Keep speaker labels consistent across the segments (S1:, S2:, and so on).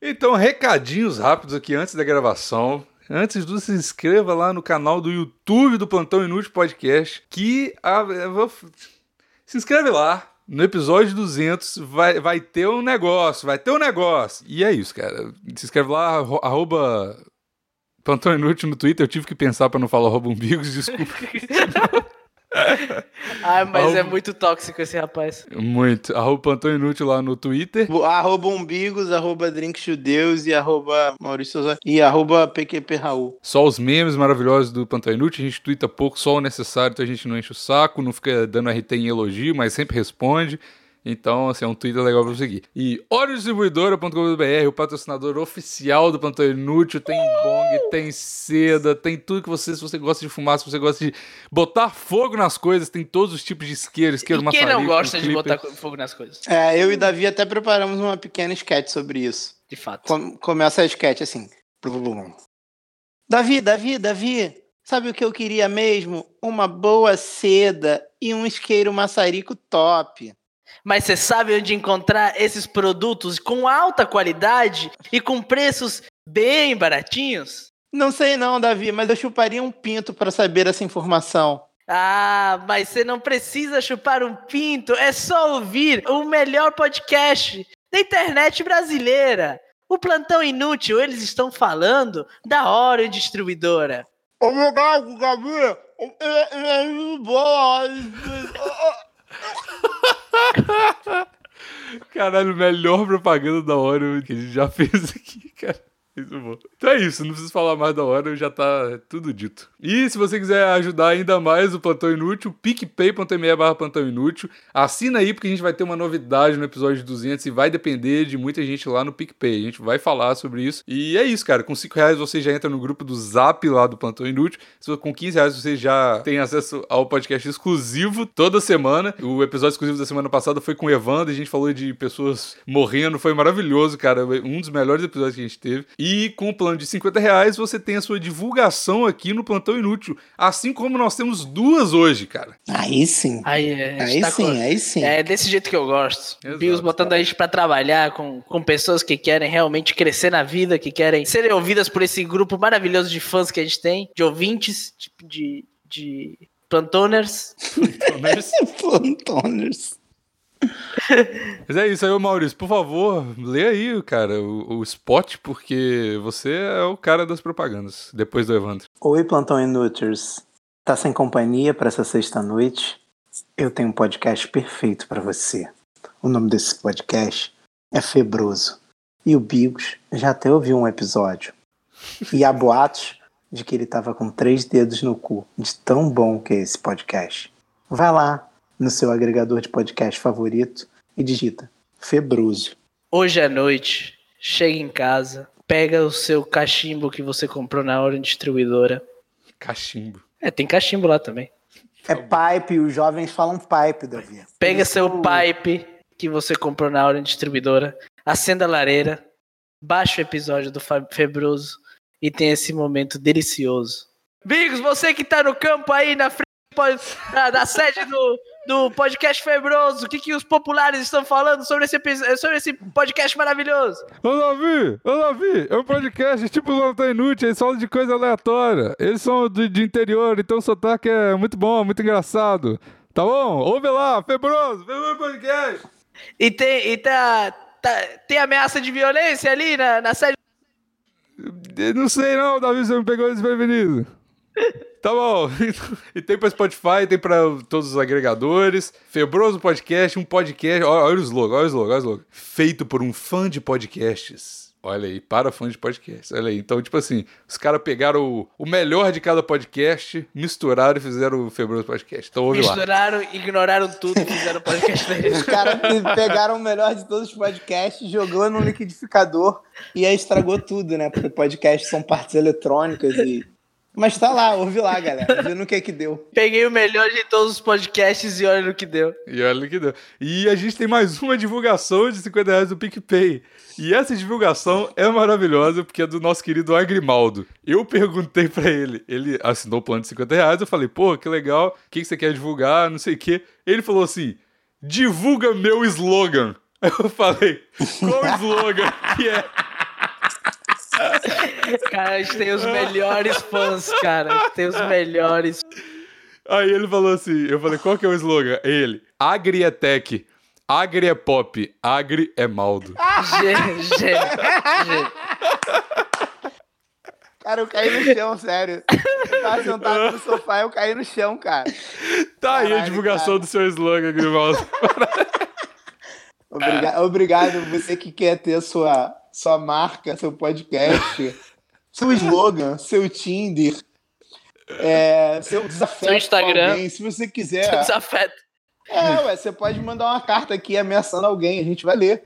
S1: Então, recadinhos rápidos aqui antes da gravação. Antes do se inscreva lá no canal do YouTube do Plantão Inútil Podcast, que a- eu vou- se inscreve lá. No episódio 200 vai, vai ter um negócio, vai ter um negócio. E é isso, cara. Se inscreve lá, arro- arroba Plantão Inútil no Twitter. Eu tive que pensar pra não falar arroba umbigos, desculpa.
S2: Ai, mas
S1: Algo-
S2: é muito tóxico esse rapaz.
S1: Muito. Arroba Plantão Inútil lá no Twitter.
S3: Arroba umbigos, arroba drinkjudeus e arroba Maurício Souza e arroba PQP Raul.
S1: Só os memes maravilhosos do Plantão Inútil. A gente twitta pouco, só o necessário, então a gente não enche o saco, não fica dando RT em elogio, mas sempre responde. Então, assim, é um Twitter legal pra eu seguir. E orodistribuidora.com.br, o patrocinador oficial do Plantão Inútil. Tem bong, tem seda, tem tudo que você... Se você gosta de fumar, se você gosta de botar fogo nas coisas, tem todos os tipos de isqueiro, isqueiro
S2: e quem não
S1: maçarico,
S2: gosta de
S1: clipper.
S2: botar co- fogo nas coisas?
S3: É, eu e Davi até preparamos uma pequena sketch sobre isso.
S2: De fato.
S3: Com- começa a sketch assim. Davi, Davi, Davi, sabe o que eu queria mesmo? Uma boa seda e um isqueiro maçarico top.
S2: Mas você sabe onde encontrar esses produtos com alta qualidade e com preços bem baratinhos?
S3: Não sei não, Davi, mas eu chuparia um pinto para saber essa informação.
S2: Ah, mas você não precisa chupar um pinto, é só ouvir o melhor podcast da internet brasileira. O Plantão Inútil, eles estão falando da Oreo Distribuidora.
S3: Ô, Gabi, Gabi, é boa.
S1: Caralho, melhor propaganda da hora que a gente já fez aqui, cara. Muito bom. Então é isso, não preciso falar mais da hora, já tá tudo dito. E se você quiser ajudar ainda mais o Plantão Inútil, picpay.me barra Plantão Inútil. Assina aí, porque a gente vai ter uma novidade no episódio 200 e vai depender de muita gente lá no PicPay. A gente vai falar sobre isso. E é isso, cara. Com 5 reais você já entra no grupo do Zap lá do Plantão Inútil. Se- Com 15 reais você já tem acesso ao podcast exclusivo toda semana. O episódio exclusivo da semana passada foi com o Evandro. A gente falou de pessoas morrendo. Foi maravilhoso, cara. Um dos melhores episódios que a gente teve. E com o plano de 50 reais você tem a sua divulgação aqui no Plantão Inútil. Assim como nós temos duas hoje, cara.
S3: Aí sim,
S2: Aí, é, a gente
S3: aí
S2: tá com-
S3: sim, aí sim.
S2: É desse jeito que eu gosto.
S1: Exato.
S2: Bills botando a gente pra trabalhar com, com pessoas que querem realmente crescer na vida, que querem ser ouvidas por esse grupo maravilhoso de fãs que a gente tem, de ouvintes, de, de, de plantoners.
S1: Então, né?
S3: Plantoners.
S1: Mas é isso aí, ô Maurício. Por favor, lê aí, cara, o, o spot, porque você é o cara das propagandas, depois do Evandro.
S3: Oi, Plantão Inuters. Tá sem companhia para essa sexta-noite? Eu tenho um podcast perfeito para você. O nome desse podcast é Febroso. E o Bigos já até ouviu um episódio. E há boatos de que ele tava com três dedos no cu, de tão bom que é esse podcast. Vai lá no seu agregador de podcast favorito e digita Febroso.
S2: Hoje à noite, chega em casa, pega o seu cachimbo que você comprou na hora distribuidora.
S1: Cachimbo.
S2: É, tem cachimbo lá também.
S3: É pipe, os jovens falam pipe, Davi.
S2: Pega
S3: Eles
S2: seu
S3: falam-
S2: pipe que você comprou na hora distribuidora, acenda a lareira, baixa o episódio do Fa- Febroso e tem esse momento delicioso. Bigos, você que tá no campo aí na frente do pod- da, da sede do, do podcast Febroso, o que, que os populares estão falando sobre esse, epi- sobre esse podcast maravilhoso?
S1: Ô Davi, ô Davi, é um podcast tipo o Tá Inútil, eles falam de coisa aleatória. Eles são de, de interior, então o sotaque é muito bom, muito engraçado. Tá bom? Ouve lá, Febroso, Febroso Podcast.
S2: E tem, e tá, tá- tem ameaça de violência ali na, na sede?
S1: Eu não sei não, Davi, você me pegou desprevenido. Tá bom. E tem pra Spotify, tem pra todos os agregadores. Febroso Podcast, um podcast. Olha, olha o slogan, olha o slogan, olha o slogan. Feito por um fã de podcasts. Olha aí, para fã de podcasts. Olha aí. Então, tipo assim, os caras pegaram o, o melhor de cada podcast, misturaram e fizeram o Febroso Podcast. Então ouve lá.
S2: Misturaram, ignoraram tudo, fizeram podcast deles.
S3: Os caras pe- pegaram o melhor de todos os podcasts, jogou no liquidificador e aí estragou tudo, né? Porque podcasts são partes eletrônicas e. Mas tá lá, ouve lá, galera. Viu no que que deu.
S2: Peguei o melhor de todos os podcasts e olha no que deu.
S1: E olha que deu. E a gente tem mais uma divulgação de 50 reais do PicPay. E essa divulgação é maravilhosa porque é do nosso querido Agrimaldo. Eu perguntei pra ele, ele assinou o plano de 50 reais, eu falei, pô, que legal, o que, que você quer divulgar, não sei o quê. Ele falou assim, divulga meu slogan. Eu falei, qual slogan que é?
S2: Cara, a gente tem os melhores fãs, cara. A gente tem os melhores.
S1: Aí ele falou assim, eu falei, qual que é o slogan? Ele, Agri é tech, Agri é pop, Agri é maldo.
S2: Gente, gente.
S3: Cara, eu caí no chão, sério. Eu tava sentado no sofá, eu caí no chão, cara.
S1: Tá aí a
S3: Caralho,
S1: divulgação
S3: cara.
S1: do seu slogan, Grimaldo.
S3: Obriga- Obrigado, você que quer ter sua, sua marca, seu podcast, seu slogan, seu Tinder, é, seu desafeto.
S2: Seu Instagram.
S3: com alguém. Se você quiser.
S2: Desafeto.
S3: É, ué, você pode mandar uma carta aqui ameaçando alguém, a gente vai ler.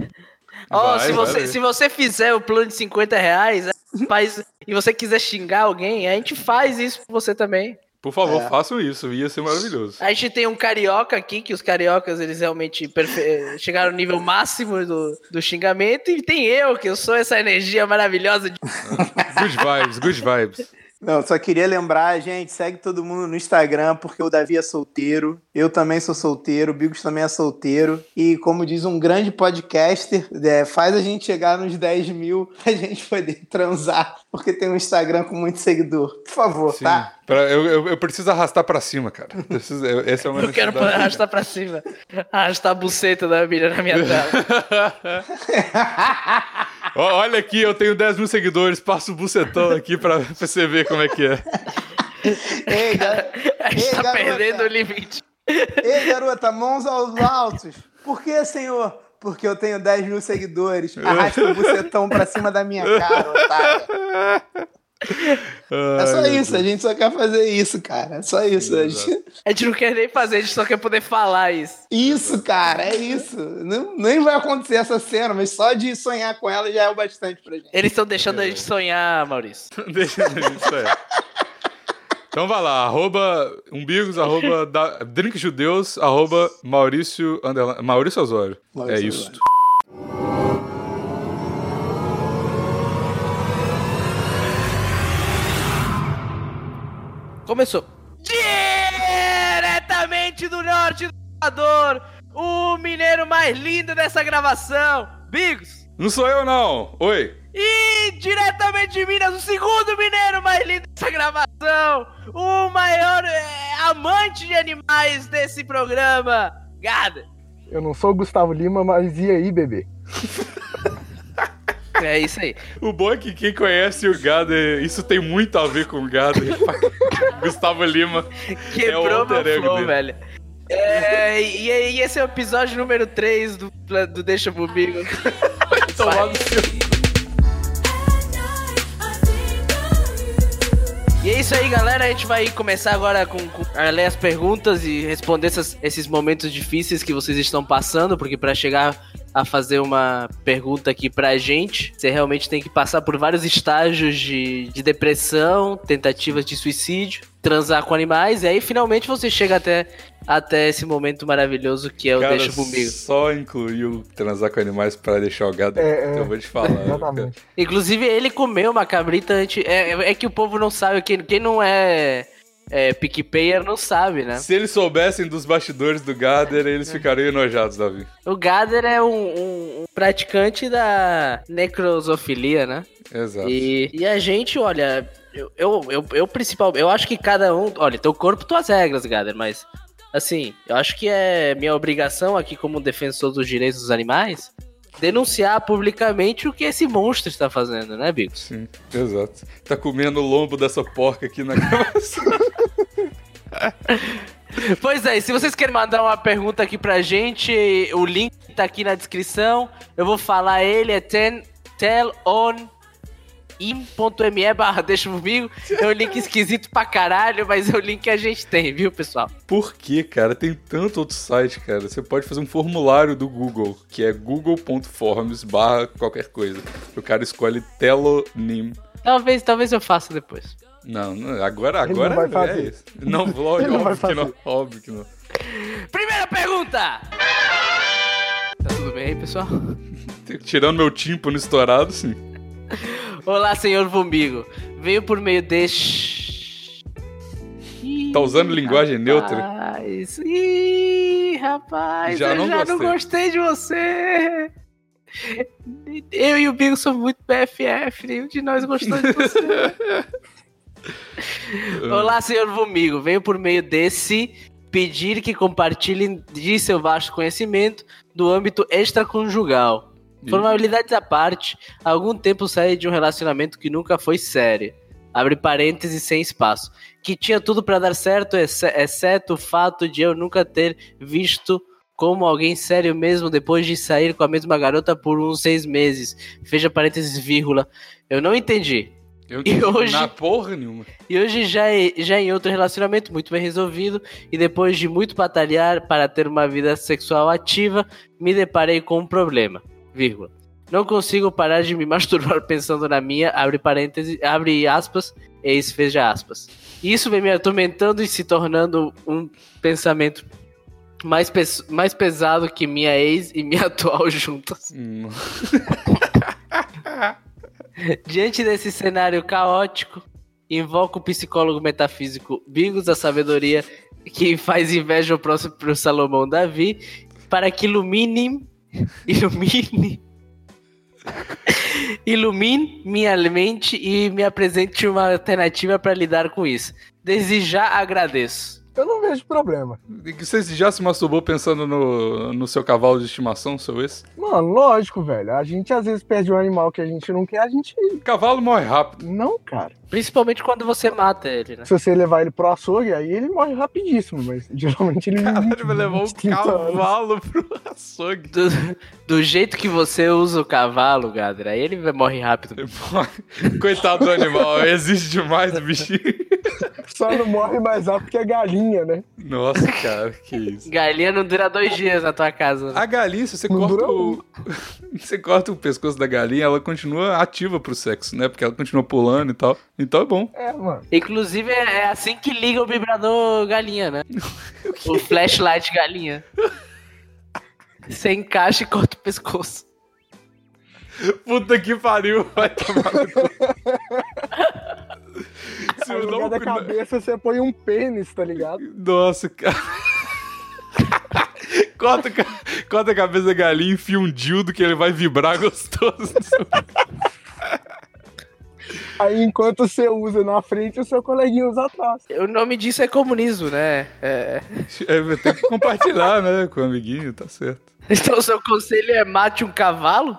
S2: Ó,
S1: Vai,
S2: se,
S1: vai
S2: você,
S1: ver.
S2: se você fizer o plano de 50 reais faz, e você quiser xingar alguém, a gente faz isso pra você também.
S1: Por favor,
S3: É.
S1: façam isso, ia ser maravilhoso.
S2: A gente tem um carioca aqui, que os cariocas eles realmente perfe- chegaram no nível máximo do, do xingamento, e tem eu, que eu sou essa energia maravilhosa de
S1: Good vibes, good vibes.
S3: Não, só queria lembrar, gente, segue todo mundo no Instagram, porque o Davi é solteiro, eu também sou solteiro, o Bigos também é solteiro, e como diz um grande podcaster, é, faz a gente chegar nos 10 mil pra gente poder transar, porque tem um Instagram com muito seguidor. Por favor,
S1: Sim.
S3: tá?
S1: Pra- eu, eu- eu preciso arrastar pra cima, cara. Eu preciso- eu- essa é uma
S2: Eu quero
S1: necessidade.
S2: arrastar pra cima. Arrastar a buceta da Miriam na minha tela.
S1: Ó, Olha aqui, eu tenho 10 mil seguidores, passo o bucetão aqui pra, pra você ver como é que é.
S3: Ei, gar...
S2: A gente
S3: Ei,
S2: tá
S3: garota.
S2: perdendo o limite.
S3: Ei, garota, mãos aos altos. Por que, senhor? Porque eu tenho 10 mil seguidores. Arrasta o bucetão pra cima da minha cara, otário. É só
S1: Ai,
S3: isso, a gente só quer fazer isso, cara. É só isso. a gente-
S2: A gente não quer nem fazer, a gente só quer poder falar isso.
S3: Isso, cara, é isso. Não, nem vai acontecer essa cena, mas só de sonhar com ela já é o bastante pra gente.
S2: Eles estão deixando a gente sonhar, Maurício.
S1: Deixa isso aí. Então vai lá, arroba umbigos, arroba da, drinkjudeus, arroba Maurício, underline- Maurício Osório.
S3: Maurício
S1: é isso.
S3: Osório.
S2: Começou. Diretamente do norte do Equador, o mineiro mais lindo dessa gravação, Bigos.
S1: Não sou eu não. Oi.
S2: E diretamente de Minas, o segundo mineiro mais lindo dessa gravação, o maior eh, amante de animais desse programa, Gada.
S4: Eu não sou o Gustavo Lima, mas e aí, bebê?
S2: É isso aí.
S1: O bom é que quem conhece o Gado, é- isso tem muito a ver com o Gado. Gustavo Lima. É o
S2: Quebrou
S1: alter
S2: meu
S1: ego
S2: flow,
S1: dele.
S2: velho. É, e, e esse é o episódio número 3 do, do Deixa Bobigo. E é isso aí, galera. A gente vai começar agora com, com a ler as perguntas e responder essas- esses momentos difíceis que vocês estão passando, porque pra chegar a fazer uma pergunta aqui pra gente, você realmente tem que passar por vários estágios de, de depressão, tentativas de suicídio, transar com animais, e aí finalmente você chega até, até esse momento maravilhoso que é o
S1: Cara,
S2: Deixa Comigo.
S1: só incluiu transar com animais pra deixar o Gado. Então,
S4: É, é.
S1: Eu vou te falar.
S4: Exatamente.
S2: Inclusive, ele comeu uma cabrita antes. É, é que o povo não sabe, quem, quem não é, é PicPayer não sabe, né?
S1: Se eles soubessem dos bastidores do Gader,
S2: É.
S1: eles ficariam enojados, Davi.
S2: O Gader é um, um- um praticante da necrosofilia, né?
S1: Exato.
S2: E, e a gente, olha, eu, eu, eu, eu principal, eu acho que cada um. Olha, teu corpo, tuas regras, Gader, mas. Assim, eu acho que é minha obrigação aqui como defensor dos direitos dos animais denunciar publicamente o que esse monstro está fazendo, né, Bigos?
S1: Sim, exato. Tá comendo o lombo dessa porca aqui na gravação.
S2: Pois é, e se vocês querem mandar uma pergunta aqui pra gente, o link tá aqui na descrição. Eu vou falar ele, é ten, telon.im.me barra deixa comigo. É um link esquisito pra caralho, mas é o link que a gente tem, viu, pessoal?
S1: Por que, cara? Tem tanto outro site, cara. Você pode fazer um formulário do Google, que é google.forms barra qualquer coisa. O cara escolhe telonym.
S2: Talvez, talvez eu faça depois.
S1: Não, não, agora,
S4: Ele
S1: agora
S4: não
S1: é
S4: vai fazer.
S1: isso. Não, lógico,
S4: Ele não vai
S1: óbvio que não, óbvio que não.
S2: Primeira pergunta! Tá tudo bem aí, pessoal?
S1: Tirando meu tímpano estourado, sim.
S2: Olá, senhor Vombigo. Veio por meio deste...
S1: Tá usando linguagem neutra?
S2: Rapaz, ih, rapaz,
S1: Já
S2: eu
S1: não
S2: já não
S1: gostei.
S2: gostei de você. Eu e o Bigo somos muito BFF, nenhum de nós gostou de você. Olá, senhor Vomigo. Venho por meio desse pedir que compartilhem de seu vasto conhecimento do âmbito extraconjugal. Formalidades à parte, há algum tempo saí de um relacionamento que nunca foi sério. Abre parênteses sem espaço. Que tinha tudo para dar certo, exce- exceto o fato de eu nunca ter visto como alguém sério mesmo depois de sair com a mesma garota por uns seis meses. Fecha parênteses, vírgula. Eu não entendi.
S1: Eu
S2: E hoje-
S1: Na porra nenhuma.
S2: E hoje já, é- já em outro relacionamento muito bem resolvido, e depois de muito batalhar para ter uma vida sexual ativa, me deparei com um problema, vírgula. Não consigo parar de me masturbar pensando na minha, abre parênteses, abre aspas, eis fecha aspas. Isso vem me atormentando e se tornando um pensamento mais, pes- mais pesado que minha ex e minha atual juntas.
S1: Hum.
S2: Diante desse cenário caótico, invoco o psicólogo metafísico Bigos da Sabedoria, que faz inveja ao próximo pro Salomão Davi, para que ilumine. Ilumine. Ilumine minha mente e me apresente uma alternativa para lidar com isso. Desde já agradeço.
S4: Eu não vejo problema.
S1: E que Você já se masturbou pensando no, no seu cavalo de estimação, seu ex?
S4: Mano, lógico, velho. A gente às vezes perde um animal que a gente não quer, a gente.
S1: Cavalo morre rápido.
S4: Não, cara.
S2: Principalmente quando você mata ele,
S1: É.
S2: né?
S4: Se você levar ele pro açougue, aí ele morre rapidíssimo, mas geralmente ele.
S1: Caralho, vai levar um
S4: 30 anos.
S1: cavalo pro açougue.
S2: Do, do jeito que você usa o cavalo, Gadra, aí ele morre rápido.
S1: Coitado do animal, existe demais o bichinho.
S4: Só não morre mais rápido que a galinha, né?
S1: Nossa, cara, que isso.
S2: Galinha não dura dois dias na tua casa. né?
S1: A galinha, se você
S4: Não
S1: corta
S4: dura um.
S1: o... você corta o pescoço da galinha, ela continua ativa pro sexo, né? Porque ela continua pulando e tal. Então é bom.
S4: É, mano.
S2: Inclusive, é é assim que liga o vibrador galinha, né? o flashlight galinha. Você encaixa e corta o pescoço.
S1: Puta que pariu, vai tomar no cu. Se
S4: Aí,
S1: eu
S4: no
S1: não...
S4: lugar da cabeça você põe um pênis, tá ligado?
S1: Nossa, cara. corta, a ca- corta a cabeça da galinha, enfia um dildo que ele vai vibrar gostoso.
S4: Aí enquanto você usa na frente, o seu coleguinha usa atrás.
S2: O nome disso é comunismo, né? É.
S1: É, tem que compartilhar, né? Com o amiguinho, tá certo.
S2: Então, seu conselho é mate um cavalo?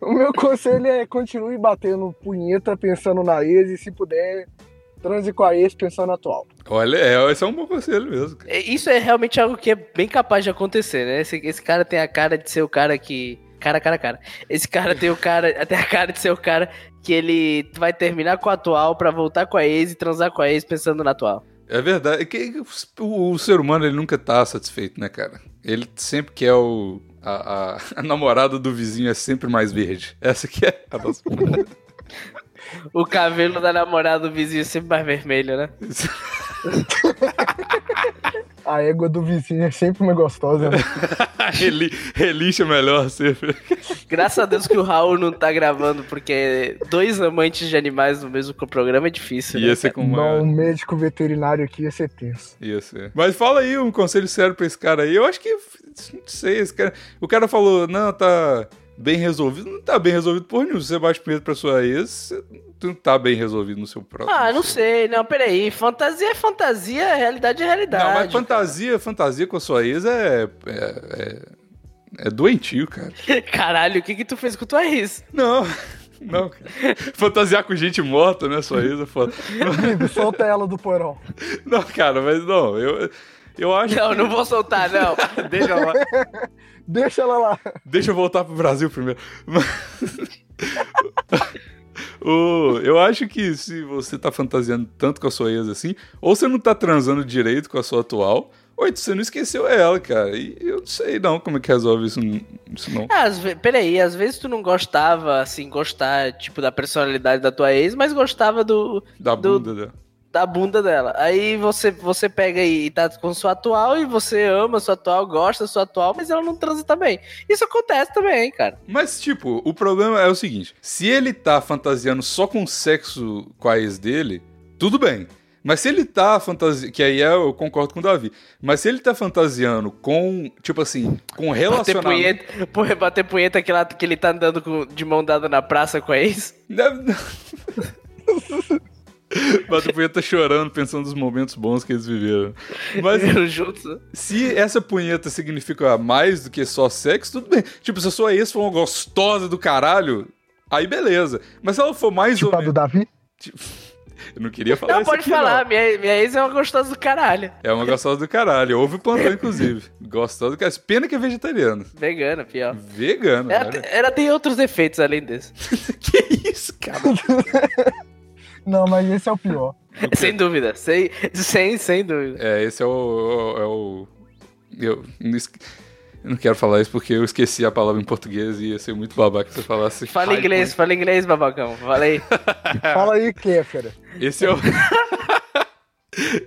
S4: O meu conselho é continue batendo punheta pensando na ex e se puder, transe com a ex pensando na atual.
S1: Olha, é, esse é um bom conselho mesmo. cara.
S2: É, Isso é realmente algo que é bem capaz de acontecer, né? Esse, esse cara tem a cara de ser o cara que. Cara, cara, cara. Esse cara tem o cara. Até a cara de ser o cara que ele vai terminar com a atual pra voltar com a ex e transar com a ex pensando na atual.
S1: É verdade. É que o, o ser humano ele nunca tá satisfeito, né, cara? Ele sempre quer o. A, a- a namorada do vizinho é sempre mais verde. Essa que é a nossa.
S2: O cabelo da namorada do vizinho é sempre mais vermelho, né?
S4: A égua do vizinho é sempre mais gostosa. Né?
S1: Reli, relixa melhor sempre.
S2: Graças a Deus que o Raul não tá gravando, porque dois amantes de animais no mesmo programa é difícil.
S1: Ia
S2: né,
S1: ser
S2: cara?
S1: com
S4: Não, um
S1: uma.
S4: médico veterinário aqui ia ser tenso.
S1: Ia ser. Mas fala aí um conselho sério pra esse cara aí. Eu acho que. Não sei, esse cara. O cara falou, não, tá bem resolvido. Não tá bem resolvido por nenhum. Se Você bate primeiro pra sua ex, você não tá bem resolvido no seu próprio.
S2: Ah, não sei, não, peraí. Fantasia é fantasia, realidade é realidade.
S1: Não, mas
S2: cara.
S1: fantasia, fantasia com a sua ex é. é, é, é doentio, cara.
S2: Caralho, o que que tu fez com tua ex?
S1: Não. Não, cara. Fantasiar com gente morta, né? Sua ex é foda.
S4: Bibi, solta ela do porão.
S1: Não, cara, mas não, eu. Eu acho.
S2: Não, não vou soltar, não.
S1: Deixa lá.
S4: Deixa ela lá.
S1: Deixa eu voltar pro Brasil primeiro. Mas- O- eu acho que se você tá fantasiando tanto com a sua ex assim, ou você não tá transando direito com a sua atual, ou então você não esqueceu ela, cara. E eu não sei não como é que resolve isso, isso não.
S2: Ah, Às ve- Peraí, às vezes tu não gostava, assim, gostar, tipo, da personalidade da tua ex, mas gostava do,
S1: Da
S2: Do-
S1: bunda dela.
S2: da bunda dela. Aí você, você pega e e tá com sua atual e você ama sua atual, gosta da sua atual, mas ela não transa também. Isso acontece também, hein, cara.
S1: Mas, tipo, o problema é o seguinte: se ele tá fantasiando só com sexo com a ex dele, tudo bem. Mas se ele tá fantasiando. Que aí eu concordo com o Davi. Mas se ele tá fantasiando com, tipo assim, com
S2: Bater
S1: relacionamento.
S2: punheta, porra, bater punheta que, lá, que ele tá andando com- de mão dada na praça com a ex.
S1: Deve- Bater punheta chorando, pensando nos momentos bons que eles viveram. Mas
S2: juntos.
S1: se essa punheta significa mais do que só sexo, tudo bem. Tipo, se a sua ex for uma gostosa do caralho, aí beleza. Mas se ela for mais
S4: Tipo
S1: ou
S4: a do
S1: menos.
S4: Davi.
S1: Eu não queria falar
S2: Não,
S1: isso
S2: pode
S1: aqui,
S2: falar, Minha, minha ex é uma gostosa do caralho.
S1: É uma gostosa do caralho. Houve plantão, inclusive. Gostosa do caralho. Pena que é vegetariana.
S2: Vegana, pior.
S1: Vegano,
S2: Ela,
S1: cara.
S2: te- ela tem outros efeitos além desse.
S1: Que isso, cara?
S4: Não, mas esse é o pior.
S2: Sem dúvida. Sem, sem, sem dúvida.
S1: É, esse é o. É o eu, não esque- eu não quero falar isso porque eu esqueci a palavra em português e ia ser muito babaca se eu falasse.
S2: Fala
S1: High
S2: inglês, fala inglês, babacão. Fala aí.
S4: Fala aí, Kéfera.
S1: point. Esse é o.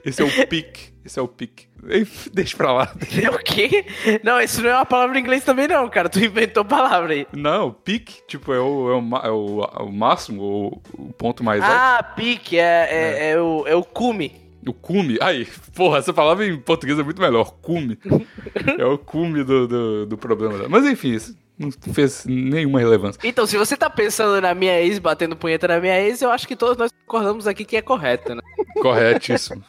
S1: esse é o pique. Esse é o pique. Enfim, Deixa pra lá.
S2: o quê? Não, isso não é uma palavra em inglês também não, cara. Tu inventou palavra aí.
S1: Não, pique, tipo, é o, é o, ma- é o, é o máximo, o, o ponto mais alto.
S2: Ah, pique, é, é, é o, é o cume.
S1: O cume. Aí, porra, essa palavra em português é muito melhor. Cume. é o cume do, do, do problema. dela. Mas enfim, isso não fez nenhuma relevância.
S2: Então, se você tá pensando na minha ex, batendo punheta na minha ex, eu acho que todos nós concordamos aqui que é correto, né?
S1: Corretíssimo.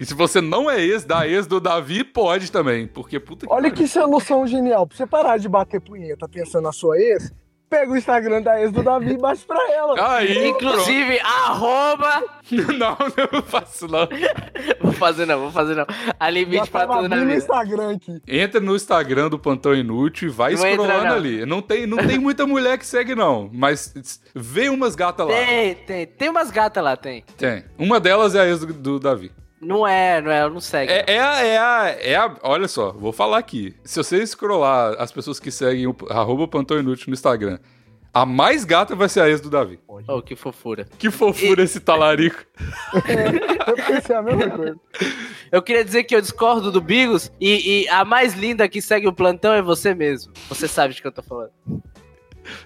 S1: E se você não é ex da ex do Davi, pode também. Porque puta que.
S4: Olha que solução genial. Pra você parar de bater punheta pensando na sua ex, pega o Instagram da ex do Davi e bate pra ela.
S1: Tá Aí,
S2: Inclusive, arroba...
S1: pronto. Não, não faço não.
S2: Vou fazer não, vou fazer não. Há
S4: Já
S2: limite pra
S4: tava
S2: tudo na
S4: abrindo o
S2: vida.
S4: Instagram aqui.
S1: Entra no Instagram do Plantão Inútil e vai
S2: Não entra,
S1: scrollando
S2: não.
S1: ali. Não tem, não tem muita mulher que segue, não. Mas vê umas gatas lá.
S2: Tem, tem. Tem umas gatas lá, tem.
S1: Tem. Uma delas é a ex do, do Davi.
S2: Não é, não é, ela não segue.
S1: É, é a, é, a, é a. Olha só, vou falar aqui. Se você scrollar as pessoas que seguem o arroba Plantão Inútil no Instagram, a mais gata vai ser a ex do Davi.
S2: Oh, que fofura.
S1: Que fofura esse talarico.
S4: Eu pensei a mesma coisa.
S2: Eu queria dizer que eu discordo do Bigos e, e a mais linda que segue o plantão é você mesmo. Você sabe de que eu tô falando.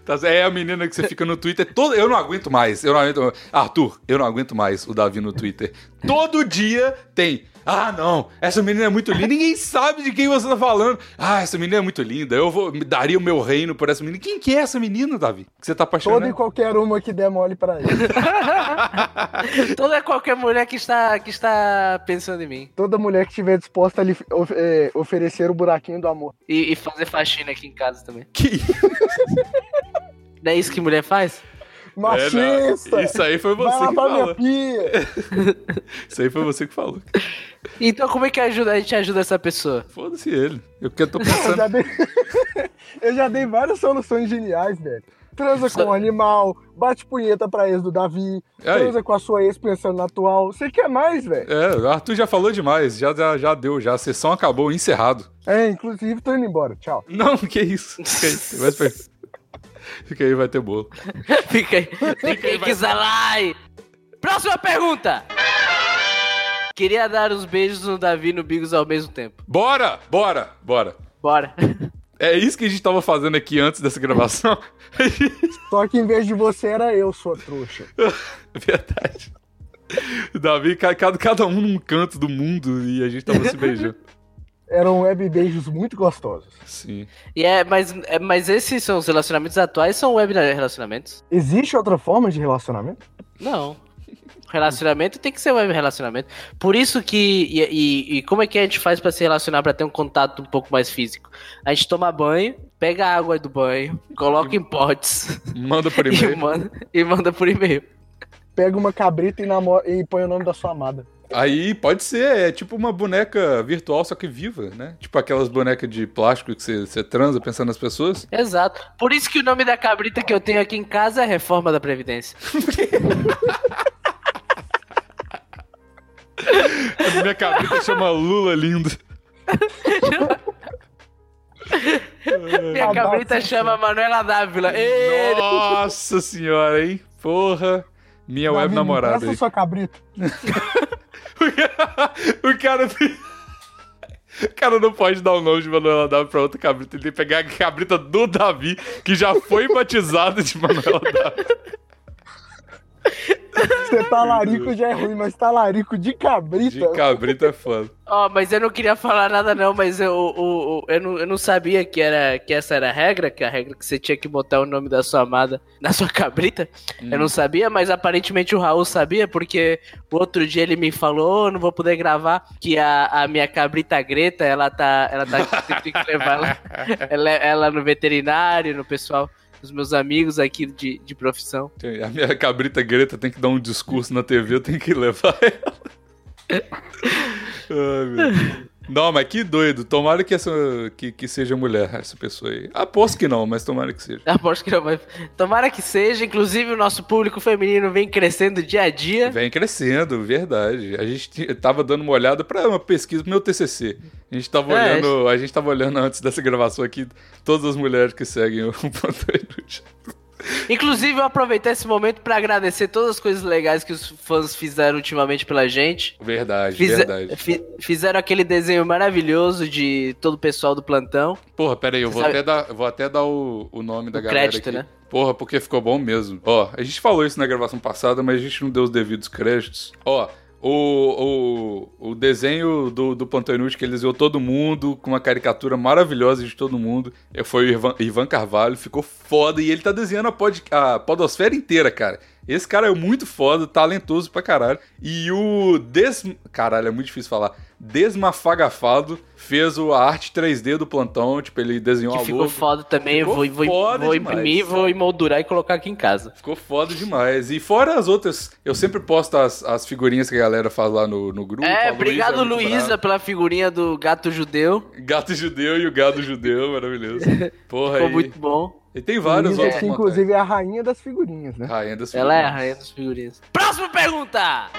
S1: Tá, É a menina que você fica no Twitter todo. Eu não aguento mais. Eu não aguento mais. Arthur, eu não aguento mais o Davi no Twitter. Todo dia tem. Ah, não, essa menina é muito linda. Ninguém sabe de quem você tá falando. Ah, essa menina é muito linda. Eu vou, me daria o meu reino por essa menina. Quem que é essa menina, Davi? Que você tá apaixonado?
S4: Toda e qualquer uma que der mole pra ele.
S2: Toda Então é qualquer mulher que está, que está pensando em mim
S4: Toda mulher que estiver disposta a lhe of- é, oferecer o buraquinho do amor.
S2: e, e fazer faxina aqui em casa também.
S1: Que
S2: Não é isso que mulher faz?
S4: Machista!
S1: É, não. Isso aí foi
S4: Vai
S1: você que
S4: lavar minha
S1: falou.
S4: pia!
S1: Isso aí foi você que falou.
S2: Então como é que ajuda, a gente ajuda essa pessoa?
S1: Foda-se ele. Eu que eu tô
S4: Eu já
S1: pensando.
S4: dei, eu já dei várias soluções geniais, velho. Transa com um animal, bate punheta pra ex do Davi,
S1: Aí.
S4: transa com a sua ex pensando na atual. Você quer mais, velho?
S1: É, o Arthur já falou demais. Já, já, já deu, já. A sessão acabou, encerrado.
S4: É, inclusive tô indo embora. Tchau.
S1: Não, que isso. Fica aí, vai pra... Fica aí, vai ter bolo.
S2: Fica aí. Fica aí que zalai. Próxima pergunta. Queria dar os beijos no Davi e no Bigos ao mesmo tempo.
S1: Bora, bora, bora.
S2: Bora.
S1: É isso que a gente tava fazendo aqui antes dessa gravação.
S4: Só que em vez de você era eu, sua trouxa.
S1: É Verdade. O Davi, ca- cada, cada um num canto do mundo e a gente tava se beijando.
S4: Eram web beijos muito gostosos.
S1: Sim.
S2: E é, mas, é, mas esses são os relacionamentos atuais, são web né, relacionamentos?
S4: Existe outra forma de relacionamento?
S2: Não. Relacionamento tem que ser web relacionamento. Por isso que. E, e- e como é que a gente faz pra se relacionar pra ter um contato um pouco mais físico? A gente toma banho, pega a água do banho, coloca em potes
S1: Manda por
S2: e
S1: e-mail.
S2: manda, e manda por e-mail.
S4: Pega uma cabrita e, namora, e põe o nome da sua amada.
S1: Aí pode ser, é tipo uma boneca virtual, só que viva, né? Tipo aquelas bonecas de plástico que você, você transa pensando nas pessoas.
S2: Exato. Por isso que o nome da cabrita que eu tenho aqui em casa é Reforma da Previdência.
S1: A minha cabeça chama Lula lindo.
S2: Minha
S4: Abraço,
S2: cabrita chama Manuela Dávila. Ê,
S1: Nossa senhora, hein? Porra. Minha É web
S4: Davi, me
S1: namorada
S4: Presta
S1: aí.
S4: sua cabrita.
S1: o cara. O cara não pode dar o nome de Manuela Davi pra outra cabrita. Ele tem que pegar a cabrita do Davi, que já foi batizada de Manuela Davi.
S4: Ser talarico já é ruim, mas talarico de cabrita.
S1: De cabrita é foda.
S2: Ó, mas eu não queria falar nada não, mas eu, o- o- eu, não, eu não sabia que, era, que essa era a regra, que a regra que você tinha que botar o nome da sua amada na sua cabrita. Eu não sabia, mas aparentemente o Raul sabia, porque o outro dia ele me falou, "Ô, não vou poder gravar, que a, a minha cabrita Greta, ela tá, ela tá, você tem que levar ela, ela, ela no veterinário, no pessoal, os meus amigos aqui de, de profissão.
S1: Tem- A minha cabrita Greta tem que dar um discurso na TV, eu tenho que levar ela. Ai, meu Deus. Não, mas que doido. Tomara que, essa, que, que seja mulher essa pessoa aí. Aposto que não, mas tomara que seja.
S2: Aposto que não vai. Tomara que seja, inclusive o nosso público feminino vem crescendo dia a dia.
S1: Vem crescendo, verdade. A gente t- tava dando uma olhada pra uma pesquisa pro meu TCC. A gente tava
S2: É,
S1: olhando, a gente tava olhando antes dessa gravação aqui todas as mulheres que seguem o Pantera Inútil.
S2: Inclusive, eu aproveitar esse momento pra agradecer todas as coisas legais que os fãs fizeram ultimamente pela gente.
S1: Verdade,
S2: Fize-
S1: verdade.
S2: fi- fizeram aquele desenho maravilhoso de todo o pessoal do plantão.
S1: Porra, pera aí, eu
S2: Você
S1: vou
S2: sabe-
S1: até, dar, vou até dar o, o nome da
S2: O
S1: galera
S2: crédito,
S1: aqui.
S2: né?
S1: Porra, porque ficou bom mesmo. Ó, a gente falou isso na gravação passada, mas a gente não deu os devidos créditos. Ó, o, o, o desenho do, do Pantera Inútil que ele desenhou todo mundo, com uma caricatura maravilhosa de todo mundo, é, foi o Ivan, Ivan Carvalho, ficou foda. E ele tá desenhando a, pod, a podosfera inteira, cara. Esse cara é muito foda, talentoso pra caralho. E o Des... Caralho, é muito difícil falar. Desmafagafado fez o- a arte 3D do plantão, tipo, ele desenhou
S2: que
S1: a
S2: ficou
S1: logo.
S2: foda também. Eu
S1: Ficou
S2: vou, vou-
S1: foda
S2: vou
S1: demais.
S2: imprimir, vou emoldurar e colocar aqui em casa.
S1: Ficou foda demais. E fora as outras, eu sempre posto as, as figurinhas que a galera faz lá no, no grupo. A
S2: é,
S1: Luísa
S2: obrigado,
S1: é muito
S2: Luísa,
S1: brava.
S2: pela figurinha do gato judeu.
S1: Gato judeu e o gado judeu, maravilhoso. Porra,
S2: Ficou
S1: aí.
S2: muito bom.
S1: E tem vários
S4: Luísa,
S1: outros.
S4: que, inclusive, é a rainha das figurinhas, né?
S1: Rainha das
S2: Ela é a
S1: figurinhas.
S2: rainha dos figurinhas. Próxima pergunta!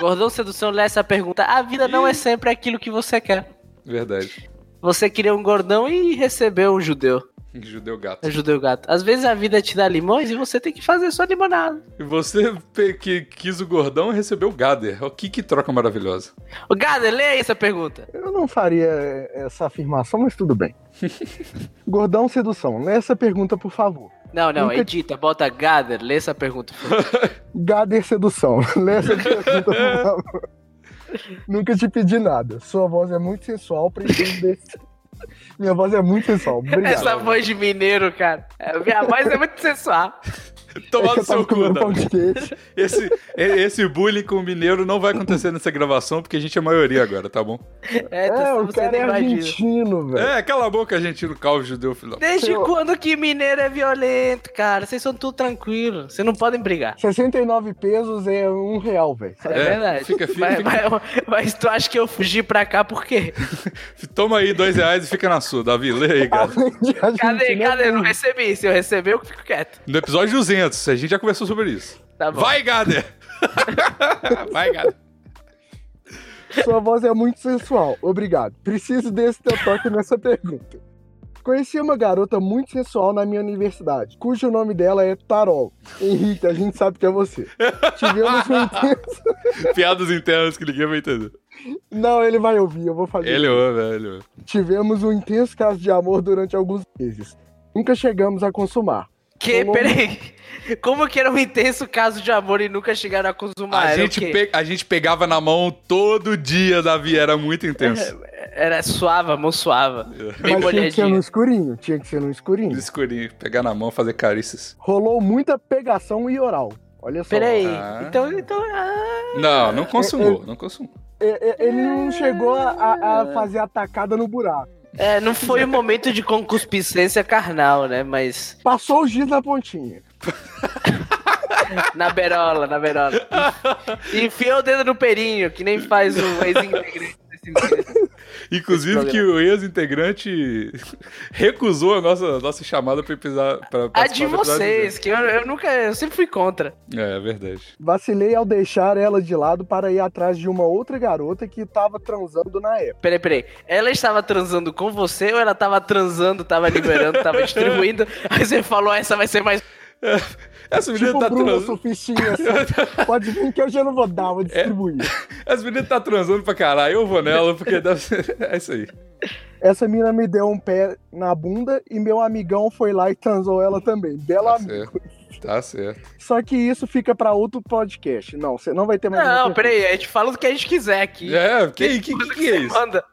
S2: Gordão Sedução lê essa pergunta. A vida não é sempre aquilo que você quer.
S1: Verdade.
S2: Você queria um gordão e recebeu um judeu.
S1: Judeu gato.
S2: Um judeu gato. Às vezes a vida te dá limões e você tem que fazer sua limonada.
S1: E você pe- que quis o gordão e recebeu o gader. O que que troca maravilhosa.
S2: O Gado, lê aí essa pergunta.
S4: Eu não faria eh, essa afirmação, mas tudo bem. Gordão Sedução, lê essa pergunta, por favor.
S2: Não, não,
S4: Nunca-
S2: edita, bota Gader, lê essa pergunta.
S4: Gader Sedução, lê essa pergunta, por favor. Nunca te pedi nada. Sua voz é muito sensual, preciso desse. Minha voz é muito sensual. Obrigado.
S2: Essa é voz de mineiro, cara. É, Minha voz é muito sensual.
S1: Tomar no
S4: É que eu tava
S1: seu cu,
S4: comendo pão
S1: Dan.
S4: de queijo.
S1: Esse, e- esse bullying com o mineiro não vai acontecer nessa gravação, porque a gente é maioria agora, tá bom?
S2: É,
S4: É,
S2: então
S4: o
S2: você
S4: cara
S2: nem
S4: é
S2: imagina.
S4: argentino, velho.
S1: É, cala a boca, argentino calvo judeu, filão.
S2: Desde
S4: Eu-
S2: quando que mineiro é violento, cara? Vocês são tudo tranquilo. Vocês não podem brigar.
S4: 69 pesos é um real, velho.
S2: É, verdade.
S1: Fica, fica,
S2: mas,
S1: fica-
S2: mas- mas tu acha que eu fugi pra cá por quê?
S1: Toma aí dois reais e fica na sua, Davi. Lê aí, cara.
S4: Além de argentino,
S2: Cadê? Cadê? Eu não
S4: é
S2: recebi. Se eu receber, eu fico quieto.
S1: No episódio 200, a gente já conversou sobre isso.
S2: Tá bom.
S1: Vai, Gader! Vai, Gader.
S4: Sua voz é muito sensual. Obrigado. Preciso desse teu toque nessa pergunta. Conheci uma garota muito sensual na minha universidade, cujo nome dela é Tarol. Henrique, a gente sabe que é você. Tivemos um intenso...
S1: Piadas internas que ninguém vai entender.
S4: Não, ele vai ouvir, eu vou fazer.
S1: Ele ama, velho.
S4: Tivemos um intenso caso de amor durante alguns meses. Nunca chegamos a consumar.
S2: Que,
S4: Como-
S2: peraí. Como que era um intenso caso de amor e nunca chegaram a consumar?
S1: A
S2: Era o
S1: gente,
S2: quê?
S1: pe- a gente pegava na mão todo dia, Davi. Era muito
S2: É.
S1: intenso.
S2: Era suava, a mão suava. Bem
S4: Mas tinha que ser
S2: molhadinha.
S4: no escurinho, tinha que ser no escurinho.
S1: Escurinho, pegar na mão, fazer carícias.
S4: Rolou muita pegação e oral. Olha só.
S2: Peraí.
S1: Ah.
S2: Então, então. ah.
S1: Não, não consumou, não consumou.
S4: E- e- É, Ele não chegou a- a, a fazer a tacada no buraco.
S2: É, não foi um momento de concupiscência carnal, né? Mas.
S4: Passou o giz na pontinha.
S2: Na berola, na berola. Enfiou o dedo no perinho, que nem faz o ex-integrante. desse-
S1: Inclusive que o ex-integrante recusou a nossa, nossa chamada pra, episar, pra
S2: A
S1: participar
S2: de
S1: do episódio
S2: vocês, que eu, eu nunca. Eu sempre fui contra.
S1: dele. É, é verdade.
S4: Vacilei ao deixar ela de lado para ir atrás de uma outra garota que tava transando na época.
S2: Peraí, peraí. Ela estava transando com você ou ela estava transando, tava liberando, tava distribuindo? Aí você falou, essa vai ser mais.
S1: Essa menina
S4: Tipo,
S1: tá
S4: Bruno,
S1: transando.
S4: sou fichinha, assim. Pode vir que eu já não vou dar,
S1: É.
S4: vou distribuir.
S1: As meninas tá transando pra caralho, eu vou nela, porque deve ser... é isso aí.
S4: Essa mina me deu um pé na bunda e meu amigão foi lá e transou ela também. Belo
S1: Tá
S4: amigo. certa.
S1: Tá certo.
S4: Só que isso fica pra outro podcast. Não, você não vai ter mais.
S2: Não,
S4: uma pergunta.
S2: peraí, a gente fala do que a gente quiser aqui.
S1: É, que, que, que, que é isso?
S2: Manda.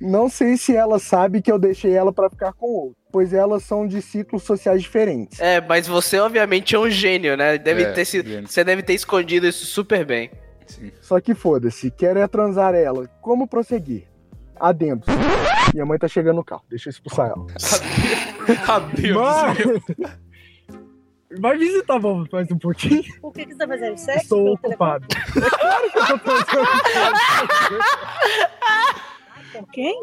S4: Não sei se ela sabe que eu deixei ela pra ficar com outro, pois elas são de ciclos sociais diferentes.
S2: É, mas você obviamente é um gênio, né? Deve
S1: É,
S2: ter sido,
S1: gênio.
S2: você deve ter escondido isso super bem.
S1: Sim.
S4: Só que foda-se, quero é transar ela. Como prosseguir? Adendo. Minha mãe tá chegando no carro, deixa eu expulsar ela.
S1: Adeus.
S4: Mãe! Vai visitar vamos, mais um pouquinho.
S5: O que, que você tá fazendo? Sexo?
S4: Estou
S5: pelo
S4: ocupado. É claro que eu tô transando.
S5: telefone? Com Quem?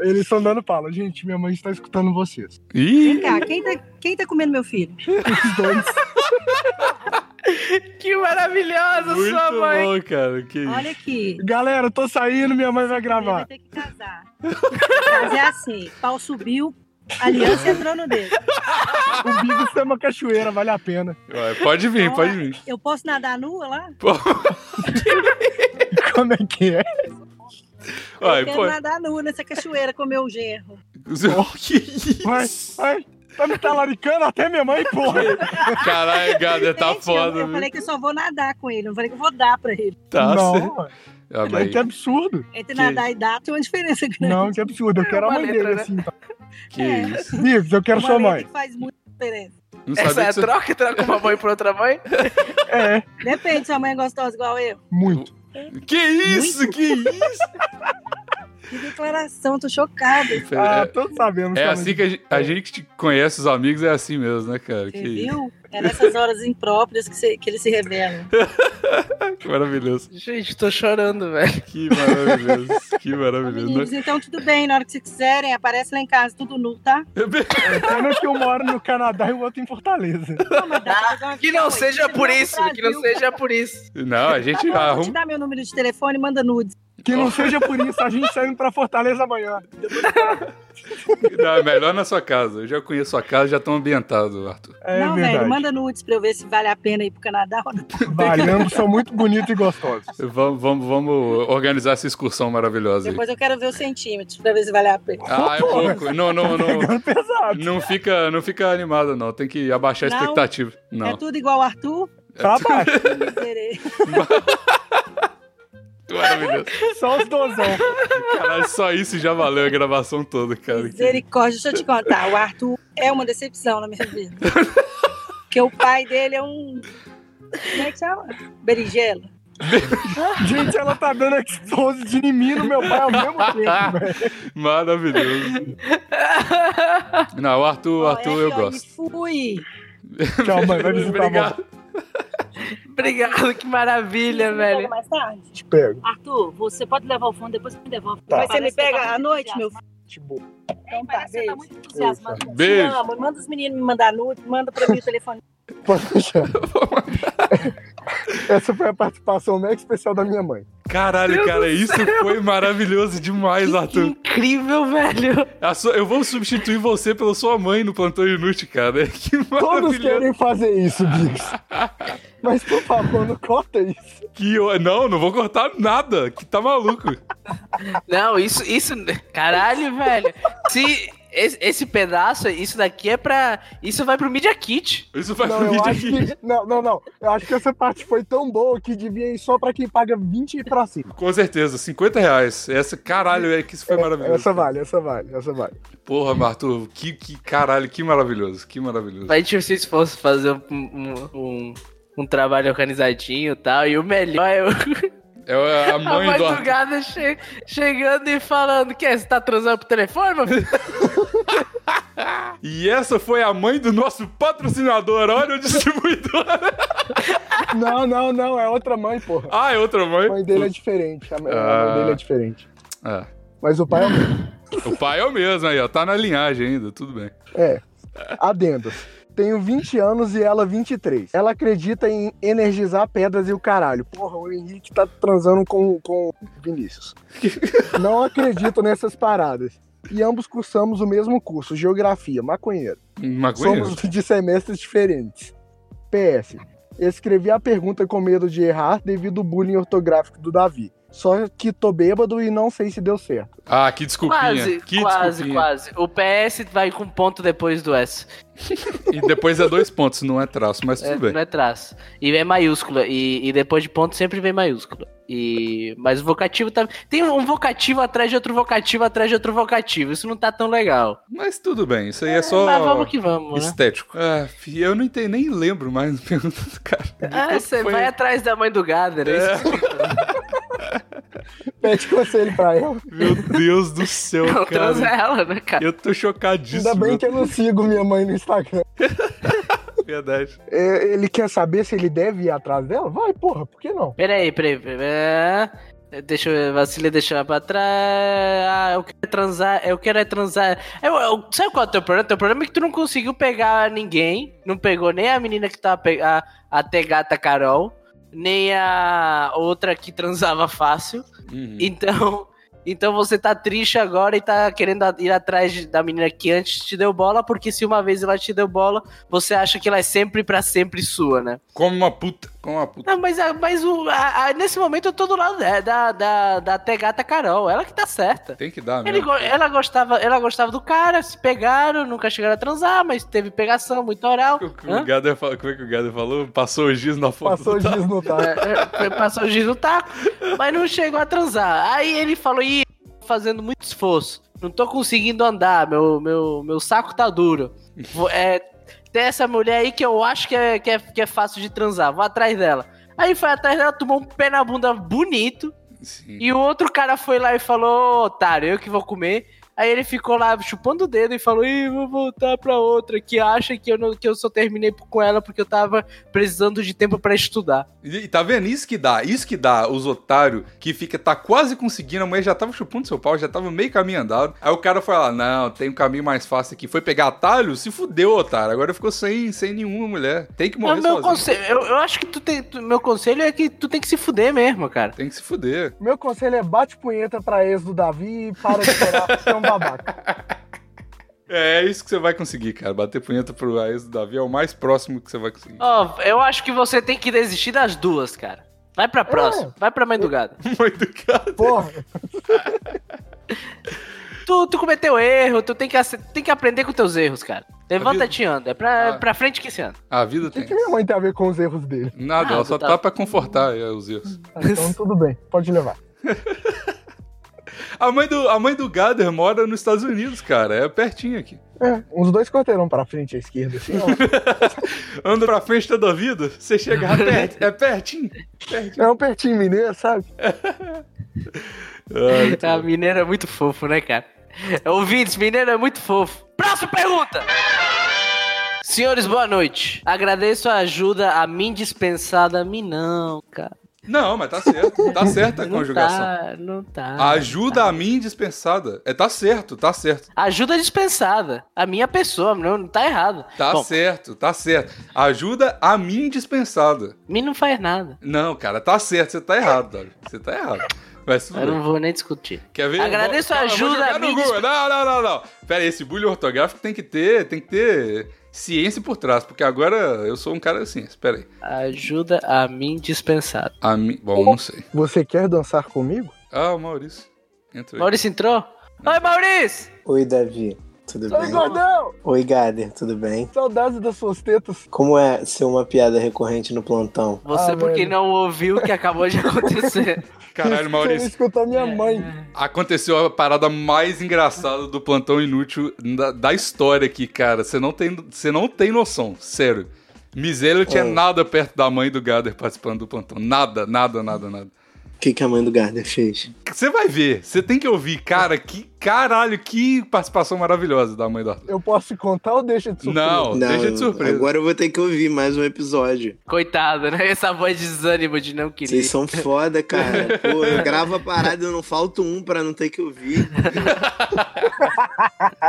S4: Eles estão dando pala. Gente, minha mãe está escutando vocês.
S5: Vem
S1: Ih,
S5: cá, quem tá, quem tá comendo meu filho?
S4: Os dois.
S2: Que maravilhosa
S1: muito
S2: sua mãe.
S1: bom, cara. Que isso.
S5: Olha aqui.
S4: Galera, eu tô saindo, minha mãe vai
S5: Você vai
S4: gravar.
S5: ter que casar. Mas é assim, pau subiu, aliança entrou no dedo.
S4: O Bigos é uma cachoeira, vale a pena.
S1: Ué, Pode vir,
S2: é.
S1: pode vir.
S5: Eu posso nadar nua lá?
S4: Como é que é?
S1: Ué,
S5: eu quero
S1: pô,
S5: nadar nua nessa cachoeira com meu genro.
S1: que isso?
S4: Vai, vai. Tá me talaricando até minha mãe, porra.
S1: Caralho, Gada, tá
S5: Entende?
S1: foda,
S5: Eu, eu
S1: viu?
S5: falei que eu só vou nadar com ele, não falei que eu vou dar pra ele.
S1: Tá certo.
S4: não, mano.
S1: Ah,
S4: É
S1: mas
S4: que absurdo.
S5: Entre
S1: Que-
S5: nadar e dar tem uma diferença grande.
S4: Não, que absurdo. Eu quero a
S2: uma
S4: mãe
S2: letra,
S4: dele
S2: né?
S4: assim. Tá?
S1: que isso?
S4: Bigos, eu quero
S5: Uma
S4: sua
S5: letra
S4: mãe.
S5: que faz muita diferença.
S1: Não
S2: Essa
S1: sabia
S2: é a
S1: que você...
S2: troca? Troca uma mãe por outra mãe?
S4: É,
S5: Depende, sua mãe é gostosa igual eu.
S4: muito.
S1: Que isso? Que isso?
S5: Que declaração, tô chocada.
S4: Ah, tô sabendo.
S1: É
S4: sua mãe.
S1: assim que a gente, a gente conhece os amigos, é assim mesmo, né, cara?
S5: Você
S1: Que isso.
S5: viu? É nessas horas impróprias que, você- que ele se revela.
S1: Que maravilhoso.
S2: Gente, tô chorando, velho.
S1: Que maravilhoso. Que maravilhoso.
S5: Meninos, então tudo bem, na hora que vocês quiserem, aparece lá em casa, tudo nu, tá?
S1: né?
S4: Pena é que eu moro no Canadá e o outro em Fortaleza.
S5: Não, mas dá pra fazer uma
S2: Ah, Que não
S5: coisa.
S2: seja
S5: Você
S2: por
S5: vem pro
S2: isso, que não
S5: é Brasil,
S2: seja por isso.
S1: Não, a gente
S5: Tá bom, vou te
S1: arruma.
S5: dar meu número de telefone, manda nudes.
S4: Que não seja por isso, a gente saindo pra Fortaleza amanhã.
S1: Não, é melhor na sua casa. Eu já conheço a sua casa, já estão ambientado, Arthur.
S4: É
S5: não,
S4: verdade.
S5: velho, manda nudes pra eu ver se vale a pena ir pro Canadá ou não.
S4: Vale, ambos são muito bonitos e gostosos.
S1: Vamos, vamos, vamos organizar essa excursão maravilhosa aí.
S5: Depois eu quero ver os centímetros pra ver se vale a pena.
S1: Ah, é pouco. Não, não, não.
S4: Pegando pesado.
S1: Não fica, não fica animado, não. Tem que abaixar a
S5: tá. Não.
S1: expectativa.
S5: É
S1: Não.
S5: tudo igual o Arthur?
S4: Pra Tá baixo.
S5: Miserei.
S1: Maravilhoso.
S4: Só os dozão.
S1: Caralho, só isso já valeu a gravação toda, cara. É Que-
S5: Misericórdia, deixa eu te contar. O Arthur é uma decepção na minha vida. Porque o pai dele é um. Como é que chama? Berigela.
S4: Gente, ela tá dando expose de inimigo no meu pai ao mesmo tempo, velho.
S1: Maravilhoso. Não, o Arthur, o Arthur
S5: é
S1: eu gosto.
S5: Fui.
S4: Tchau, mãe. Vai visitar a mãe.
S1: Obrigado.
S2: Obrigado, que maravilha, velho.
S5: Mais tarde.
S4: Te pego.
S6: Arthur, você pode levar o fundo, depois você me devolve.
S4: Tá.
S5: Mas você
S6: Parece
S5: me
S6: que eu
S5: pega
S6: tava
S5: à
S6: muito
S5: noite, meu filho?
S4: Tipo,
S5: Então tá,
S6: Parece que você
S5: beijo.
S6: tá muito entusiasmado. com
S5: Te
S1: Beijo.
S5: amo, manda os meninos me mandar nude, manda pra mim o telefone.
S4: pode deixar. Essa foi a participação mega especial da minha mãe.
S1: Caralho, cara, isso foi maravilhoso demais,
S2: Que, que
S1: Arthur.
S2: incrível, velho.
S1: A sua- eu vou substituir você pela sua mãe no plantão inútil, cara. Que
S4: Todos
S1: maravilhoso.
S4: querem fazer isso, Biggs. Mas, por favor, não corta isso.
S1: Que eu- não, não vou cortar nada. Que tá maluco.
S2: Não, isso, isso. Caralho, velho. Se esse, esse pedaço, isso daqui é pra. Isso vai pro Media Kit.
S1: Isso vai
S4: Não,
S1: pro
S4: eu
S1: vídeo
S4: acho
S1: aqui.
S4: que... Não, não, não. Eu acho que essa parte foi tão boa que devia ir só pra quem paga 20 pra cima.
S1: Com certeza, 50 reais. Essa, caralho, é que isso foi maravilhoso.
S4: Essa vale, essa vale, essa vale.
S1: Porra, Arthur, que, que caralho, que maravilhoso, que maravilhoso.
S2: A gente tipo, se esforço fazer um, um, um- um trabalho organizadinho e tal. E o melhor é o-
S1: É a
S2: a
S1: mãe do Arthur.
S2: madrugada che- chegando e falando: Quer? Você tá transando pro telefone, meu filho?
S1: E essa foi a mãe do nosso patrocinador, olha o distribuidor.
S4: Não, não, não. É outra mãe, porra.
S1: ah, é outra mãe?
S4: A mãe dele é diferente. A mãe, a
S1: Ah.
S4: mãe dele é diferente.
S1: Ah,
S4: Mas o pai é o mesmo.
S1: o pai é o mesmo aí, ó. Tá na linhagem ainda, tudo bem.
S4: É. Adendo. Tenho 20 anos e ela 23. Ela acredita em energizar pedras e o caralho. Porra, o Henrique tá transando com, com o Vinícius. Não acredito nessas paradas. E ambos cursamos o mesmo curso, geografia, maconheiro.
S1: Hum, Maconha?
S4: Somos de semestres diferentes. PS. Escrevi a pergunta com medo de errar devido ao bullying ortográfico do Davi. Só que tô bêbado e não sei se deu certo.
S1: Ah, que desculpinha.
S2: Quase,
S1: que
S2: quase,
S1: desculpinha.
S2: quase. O PS vai com ponto depois do S.
S1: E depois é dois pontos, não é traço, mas
S2: É,
S1: tudo bem.
S2: não é traço. E é maiúscula. E, e depois de ponto sempre vem maiúscula. E, mas o vocativo tá. Tem um vocativo atrás de outro vocativo atrás de outro vocativo. Isso não tá tão legal.
S1: Mas tudo bem, isso aí é só
S2: Mas vamos que vamos, né?
S1: estético. Ah, fi, eu não entendi, nem lembro mais a pergunta do cara.
S2: Ah, você
S1: é, foi-
S2: vai atrás da mãe do Gader. É. isso que você tá
S4: Pede conselho pra ela.
S1: Meu Deus do céu,
S2: falando. Transa
S1: cara.
S2: ela, né, cara?
S1: Eu tô chocadíssimo.
S4: Ainda bem que eu não sigo minha mãe no Instagram.
S1: Verdade.
S4: É, ele quer saber se ele deve ir atrás dela? Vai, porra, por que não?
S2: Peraí, peraí, peraí. É, Deixa eu, vacilei deixa ela pra trás. Ah, eu quero transar, eu quero é transar. Eu, eu- sabe qual é o teu problema? Teu problema é que tu não conseguiu pegar ninguém. Não pegou nem a menina que tava pe- a, a Tegata Carol, nem a outra que transava fácil. Então, então você tá triste agora e tá querendo a- ir atrás de- da menina que antes te deu bola, porque se uma vez ela te deu bola, você acha que ela é sempre pra sempre sua, né?
S1: Como uma puta, como uma puta.
S2: Não, mas, a- mas o, a- a- nesse momento eu tô do lado da, da, da, da Tegata Carol, ela que tá certa.
S1: Tem que dar,
S2: Ele
S1: mesmo.
S2: go- ela, gostava, ela gostava do cara, se pegaram, nunca chegaram a transar, mas teve pegação, muito oral.
S1: O que
S2: Hã?
S1: o Gader falou- Como é que o Gader falou? Passou os dias na foto.
S4: Passou dias no tal.
S2: É, é, foi- Passou o giz no taco, mas não chegou a transar. Aí ele falou, ih, tô fazendo muito esforço, não tô conseguindo andar, meu, meu, meu saco tá duro. Vou- é, tem essa mulher aí que eu acho que é, que, é, que é fácil de transar, vou atrás dela. Aí foi atrás dela, tomou um pé na bunda bonito,
S1: Sim.
S2: E o outro cara foi lá e falou, "Ô, otário, eu que vou comer. Aí ele ficou lá chupando o dedo e falou, ih, vou voltar pra outra, que acha que eu, não, que eu só terminei com ela porque eu tava precisando de tempo pra estudar.
S1: E, e tá vendo? Isso que dá, isso que dá os otários que fica, tá quase conseguindo, a mulher já tava chupando seu pau, já tava meio caminho andado. Aí o cara foi lá, não, tem um caminho mais fácil aqui. Foi pegar atalho, se fudeu, otário. Agora ficou sem, sem nenhuma mulher. Tem que morrer
S2: Mas É meu
S1: sozinho.
S2: conselho, eu, eu acho que tu tem, tu- meu conselho é que tu tem que se fuder mesmo, cara.
S1: Tem que se fuder.
S4: Meu conselho é bate punheta pra ex do Davi e para de chorar, porque é um babaca.
S1: É, é isso que você vai conseguir, cara. Bater punheta pro ex do Davi é o mais próximo que você vai conseguir.
S2: Ó, eu acho que você tem que desistir das duas, cara. Vai pra próxima,
S1: É.
S2: vai pra mãe do gado.
S1: Muito caro.
S4: Porra,
S2: Tu, tu cometeu erro, tu tem que, ace- tem que aprender com teus erros, cara. Levanta e anda, é pra,
S1: Tá Ah.
S2: pra frente que se anda.
S1: A vida
S4: o que,
S1: tem.
S4: que minha mãe tem a ver com os erros dele?
S1: Nada, ela
S2: Nada,
S1: só
S2: tá.
S1: tá pra confortar é, os erros.
S4: Então tudo bem, pode levar.
S1: A mãe do, a mãe do Gader mora nos Estados Unidos, cara. É pertinho aqui.
S4: É, uns dois quarteirão pra frente e à esquerda, assim, ó.
S1: Anda pra frente toda a vida, você chega perto. É pertinho.
S4: É um pertinho mineiro, sabe?
S2: A mineiro é muito fofo, né, cara? Ouvintes, mineiro é muito fofo. Próxima pergunta! Senhores, boa noite. Agradeço a ajuda a mim dispensada, a mim não, cara.
S1: Não, mas tá certo. Tá certa a
S2: não
S1: conjugação.
S2: tá, não tá.
S1: Ajuda a mim dispensada. É, tá certo, tá certo.
S2: Ajuda dispensada. A minha pessoa, não, não tá errado.
S1: Tá
S2: Bom,
S1: certo, tá certo. Ajuda a mim dispensada.
S2: mim não faz nada.
S1: Não, cara, tá certo. Você tá errado, Dário. Você tá errado. Mas tudo
S2: Eu
S1: bem.
S2: não vou nem discutir.
S1: Quer ver?
S2: Agradeço
S1: Eu
S2: a
S1: eu
S2: ajuda,
S1: jogar no
S2: amigos.
S1: Google. Não, não, não, não. Pera aí, esse bullying ortográfico tem que ter, tem que ter ciência por trás, porque agora eu sou um cara assim. Espera aí.
S2: Ajuda a mim dispensada.
S1: A mi... Bom, não sei.
S4: Você quer dançar comigo?
S1: Ah, o Maurício. Entra aí.
S2: Maurício entrou? Oi, Maurício!
S7: Oi, Davi. Tudo
S4: Oi,
S7: bem?
S4: gordão!
S7: Oi, Gader. Tudo bem?
S4: Saudades das suas tetas.
S7: Como é ser uma piada recorrente no plantão?
S2: Você,
S4: Ah,
S2: porque
S4: velho.
S2: não ouviu o que acabou de acontecer.
S1: Caralho,
S4: Você não
S1: Maurício.
S4: escutou minha mãe.
S1: é. Aconteceu a parada mais engraçada do plantão inútil da, da história aqui, cara. Você não tem, você não tem noção, sério. Miséria tinha
S7: Hum.
S1: nada perto da mãe do Gader participando do plantão. Nada, nada, nada, nada.
S7: O que, que a mãe do Gader fez?
S1: Você vai ver, você tem que ouvir, cara, que caralho, que participação maravilhosa da mãe do Arthur.
S4: Eu posso te contar ou deixa de surpresa?
S1: Não, deixa de surpresa.
S7: Agora eu vou ter que ouvir mais um episódio.
S2: Coitado, né? Essa voz de desânimo de não querer.
S7: Vocês são foda, cara. Pô, eu gravo a parada, eu não falto um pra não ter que ouvir.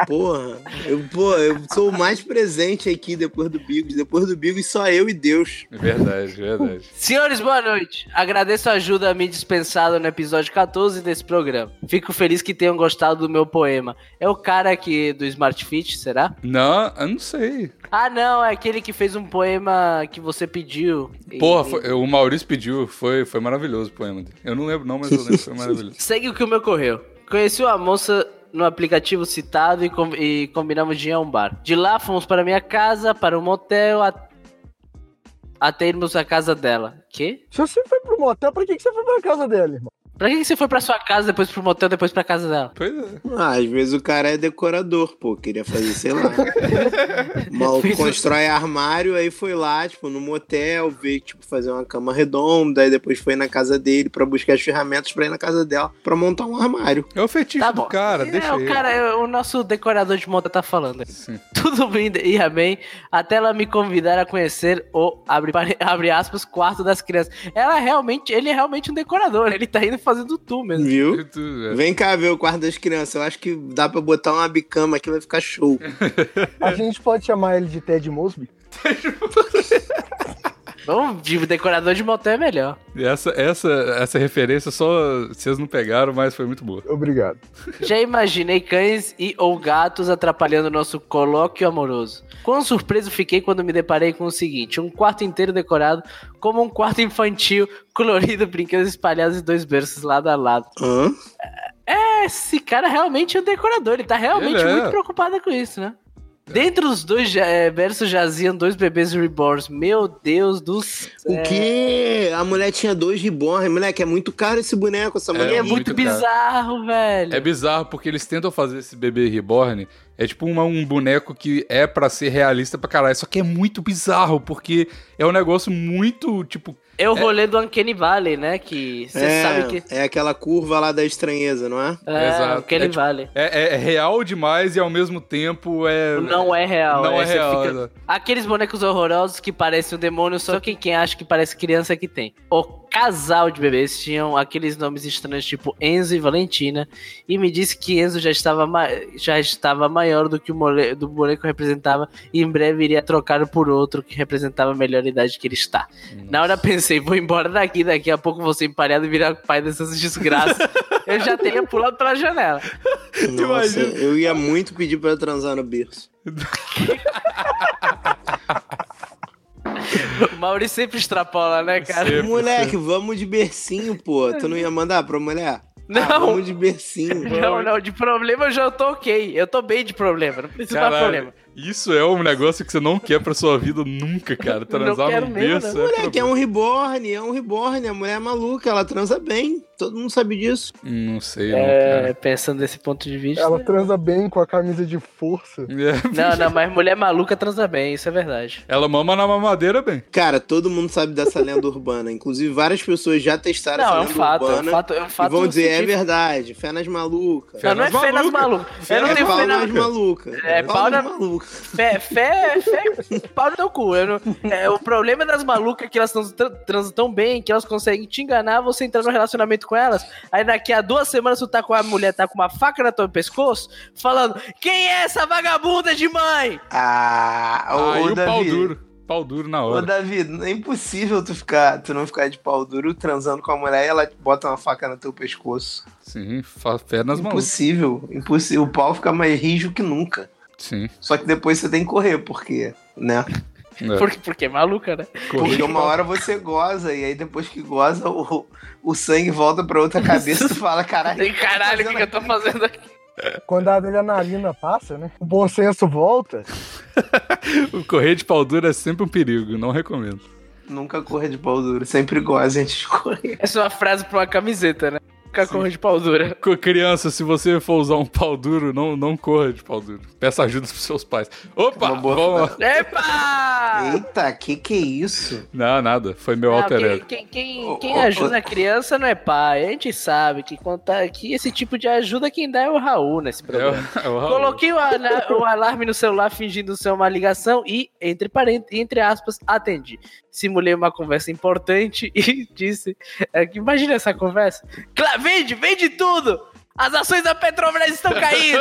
S7: Porra, eu, pô, eu sou o mais presente aqui depois do Bigos. Depois do Bigos, só eu e Deus.
S2: É
S1: Verdade, verdade.
S2: Senhores, boa noite. Agradeço a ajuda a mim dispensada no episódio close desse programa. Fico feliz que tenham gostado do meu poema. É o cara aqui do Smart Fit, será?
S1: Não, eu não sei.
S2: Ah, não, é aquele que fez um poema que você pediu. E-
S1: Porra, foi- o Maurício pediu, foi, foi maravilhoso o poema dele. Eu não lembro não, mas eu lembro que foi maravilhoso.
S2: Segue o que me ocorreu. Conheci uma moça no aplicativo citado e, com- e combinamos de ir a um bar. De lá fomos para minha casa, para um motel, a- até irmos à casa dela. Quê?
S4: Se você foi pro motel, pra que, que você foi pra casa dela, irmão?
S2: Pra que que você foi pra sua casa, depois pro motel, depois pra casa dela?
S1: Pois é.
S3: Ah, às vezes o cara é decorador, pô. Queria fazer, sei lá. Mal
S2: Fez o-
S3: constrói armário, aí foi lá, tipo, no motel, ver, tipo, fazer uma cama redonda, aí depois foi na casa dele pra buscar as ferramentas pra ir na casa dela pra montar um armário.
S1: É o fetiche
S2: Tá
S1: do
S2: bom.
S1: cara,
S2: É,
S1: deixa
S2: o
S1: ele.
S2: cara, é o nosso decorador de moda tá falando.
S1: Sim.
S2: Tudo bem, ia bem, até ela me convidar a conhecer o, abre, pare- abre aspas, quarto das crianças. Ela realmente, ele é realmente um decorador, ele tá indo fazendo tu mesmo.
S3: Viu?
S1: Ele tu- é.
S3: Vem cá ver o quarto das crianças. Eu acho que dá pra botar uma bicama aqui, vai ficar show.
S4: A gente pode chamar ele de Ted Mosby?
S2: Vamos, de decorador de motel é melhor.
S1: E Essa, essa, essa referência só vocês não pegaram, mas foi muito boa.
S4: Obrigado.
S2: Já imaginei cães e ou gatos atrapalhando nosso colóquio amoroso. Quão surpreso fiquei quando me deparei com o seguinte: um quarto inteiro decorado, como um quarto infantil, colorido, brinquedos espalhados e dois berços lado a lado.
S3: Hã?
S2: Esse cara realmente é um decorador, ele tá realmente
S1: Ele é.
S2: muito preocupado com isso, né? Dentro dos dois ja- eh, berços jaziam dois bebês reborns. Meu Deus do céu.
S3: O quê? A mulher tinha dois reborn. Moleque, é muito caro esse boneco, essa mulher.
S2: É. É,
S1: É
S2: muito,
S1: muito
S2: bizarro, velho.
S1: É bizarro porque eles tentam fazer esse bebê reborn. É tipo uma- um boneco que é pra ser realista pra caralho. Só que é muito bizarro, porque é um negócio muito, tipo.
S2: É o rolê do Uncanny Valley, né? Que você
S3: é,
S2: sabe que.
S3: é aquela curva lá da estranheza, não é?
S2: É,
S1: Exato.
S2: Uncanny
S1: É tipo-
S2: Valley.
S1: É, é- é real demais e ao mesmo tempo é.
S2: Não é real.
S1: Não é
S2: você
S1: real,
S2: fica-
S1: exato.
S2: Aqueles bonecos horrorosos que parecem um demônio, só que quem acha que parece criança é que tem. O casal de bebês tinham aqueles nomes estranhos tipo Enzo e Valentina, e me disse que Enzo já estava, ma- já estava maior do que o mole- do boneco representava, e em breve iria trocar por outro que representava a melhor idade que ele está. Na hora pensei, vou embora daqui, daqui a pouco vou ser empalhado e virar pai dessas desgraças. Eu já teria pulado pela janela.
S3: Nossa,
S1: imagina?
S3: eu ia muito pedir pra transar no berço.
S2: O Maurício sempre extrapola, né, cara?
S1: Sempre.
S3: Moleque, vamos de bercinho, pô. Tu não ia mandar pra mulher?
S2: Não.
S3: Ah, vamos de bercinho.
S2: Não, não, de problema eu já tô ok. Eu tô bem de problema, não precisa dar
S1: Caralho,
S2: problema.
S1: isso é um negócio que você não quer pra sua vida nunca, cara. Transar
S2: quero
S1: num
S2: mesmo,
S1: berço
S2: né?
S1: é
S3: Moleque, é
S1: problema.
S3: um reborn, é um reborn. A mulher é maluca, ela transa bem. Todo mundo sabe disso.
S1: Não sei, não,
S2: É,
S1: cara.
S2: pensando desse ponto de vista.
S4: Ela transa bem com a camisa de força.
S1: É.
S2: Não, não, mas mulher maluca transa bem, isso é verdade.
S1: Ela mama na mamadeira bem.
S3: Cara, todo mundo sabe dessa lenda urbana. Inclusive, várias pessoas já testaram
S2: não,
S3: essa
S2: é um
S3: lenda
S2: fato, é um
S3: urbana.
S2: fato, é um fato.
S3: e vão dizer, é
S2: científico.
S3: verdade, fé nas malucas.
S1: Fé
S2: Não, não é
S1: nas
S2: fé nas
S1: malucas.
S2: malucas.
S1: Fé
S2: Eu não
S1: nas
S3: É
S2: tenho
S3: pau
S2: fé
S3: nas
S2: na.
S3: malucas.
S2: É, pau na-
S3: malucas.
S2: Fé, fé, fé, pau no teu cu. eu não- é, o problema das malucas é que elas trans- transam tão bem que elas conseguem te enganar, você entrar no relacionamento com elas. Aí daqui a duas semanas tu tá com a mulher, tá com uma faca na tua pescoço, falando: Quem é essa vagabunda de mãe?
S3: Ah, ô,
S1: Ah,
S3: ô,
S1: e o pau
S3: Davi.
S1: duro. Pau duro na
S3: Ô,
S1: hora.
S3: Davi, é impossível tu, ficar, tu não ficar de pau duro transando com a mulher e ela bota uma faca no teu pescoço.
S1: Sim, fa- fé nas malucas.
S3: impossível, impossível. O pau fica mais rijo que nunca.
S1: Sim.
S3: Só que depois você tem que correr, porque, né?
S1: É.
S2: Porque, porque é maluca, né?
S3: Porque uma hora você goza e aí depois que goza, o, o sangue volta pra outra cabeça e tu fala, caralho.
S2: E caralho, o que, que eu tô fazendo aqui?
S4: Quando a adrenalina passa, né? O bom senso volta.
S1: O correr de pau duro é sempre um perigo, não recomendo.
S3: Nunca corra de pau duro, sempre goza antes de correr.
S2: Essa é uma frase pra uma camiseta, né? Cacorro de pau dura.
S1: Co- Criança, se você for usar um pau duro, não, não corra de pau duro. Peça ajuda pros seus pais. Opa!
S3: Uma boa
S1: Vamos... lá.
S2: Epa!
S3: Eita, que que é isso?
S1: Não, nada. Foi meu
S2: Não,
S1: alter
S2: quem,
S1: ego.
S2: quem, quem, quem ajuda a criança não é pai. A gente sabe que contar aqui esse tipo de ajuda quem dá é o Raul nesse
S1: É
S2: programa.
S1: o, é o Raul.
S2: Coloquei o, ala- o alarme no celular fingindo ser uma ligação e, entre, parent- entre aspas, atendi. Simulei uma conversa importante e disse: é, que Imagina essa conversa. Cla vende, vende tudo! As ações da Petrobras estão caindo!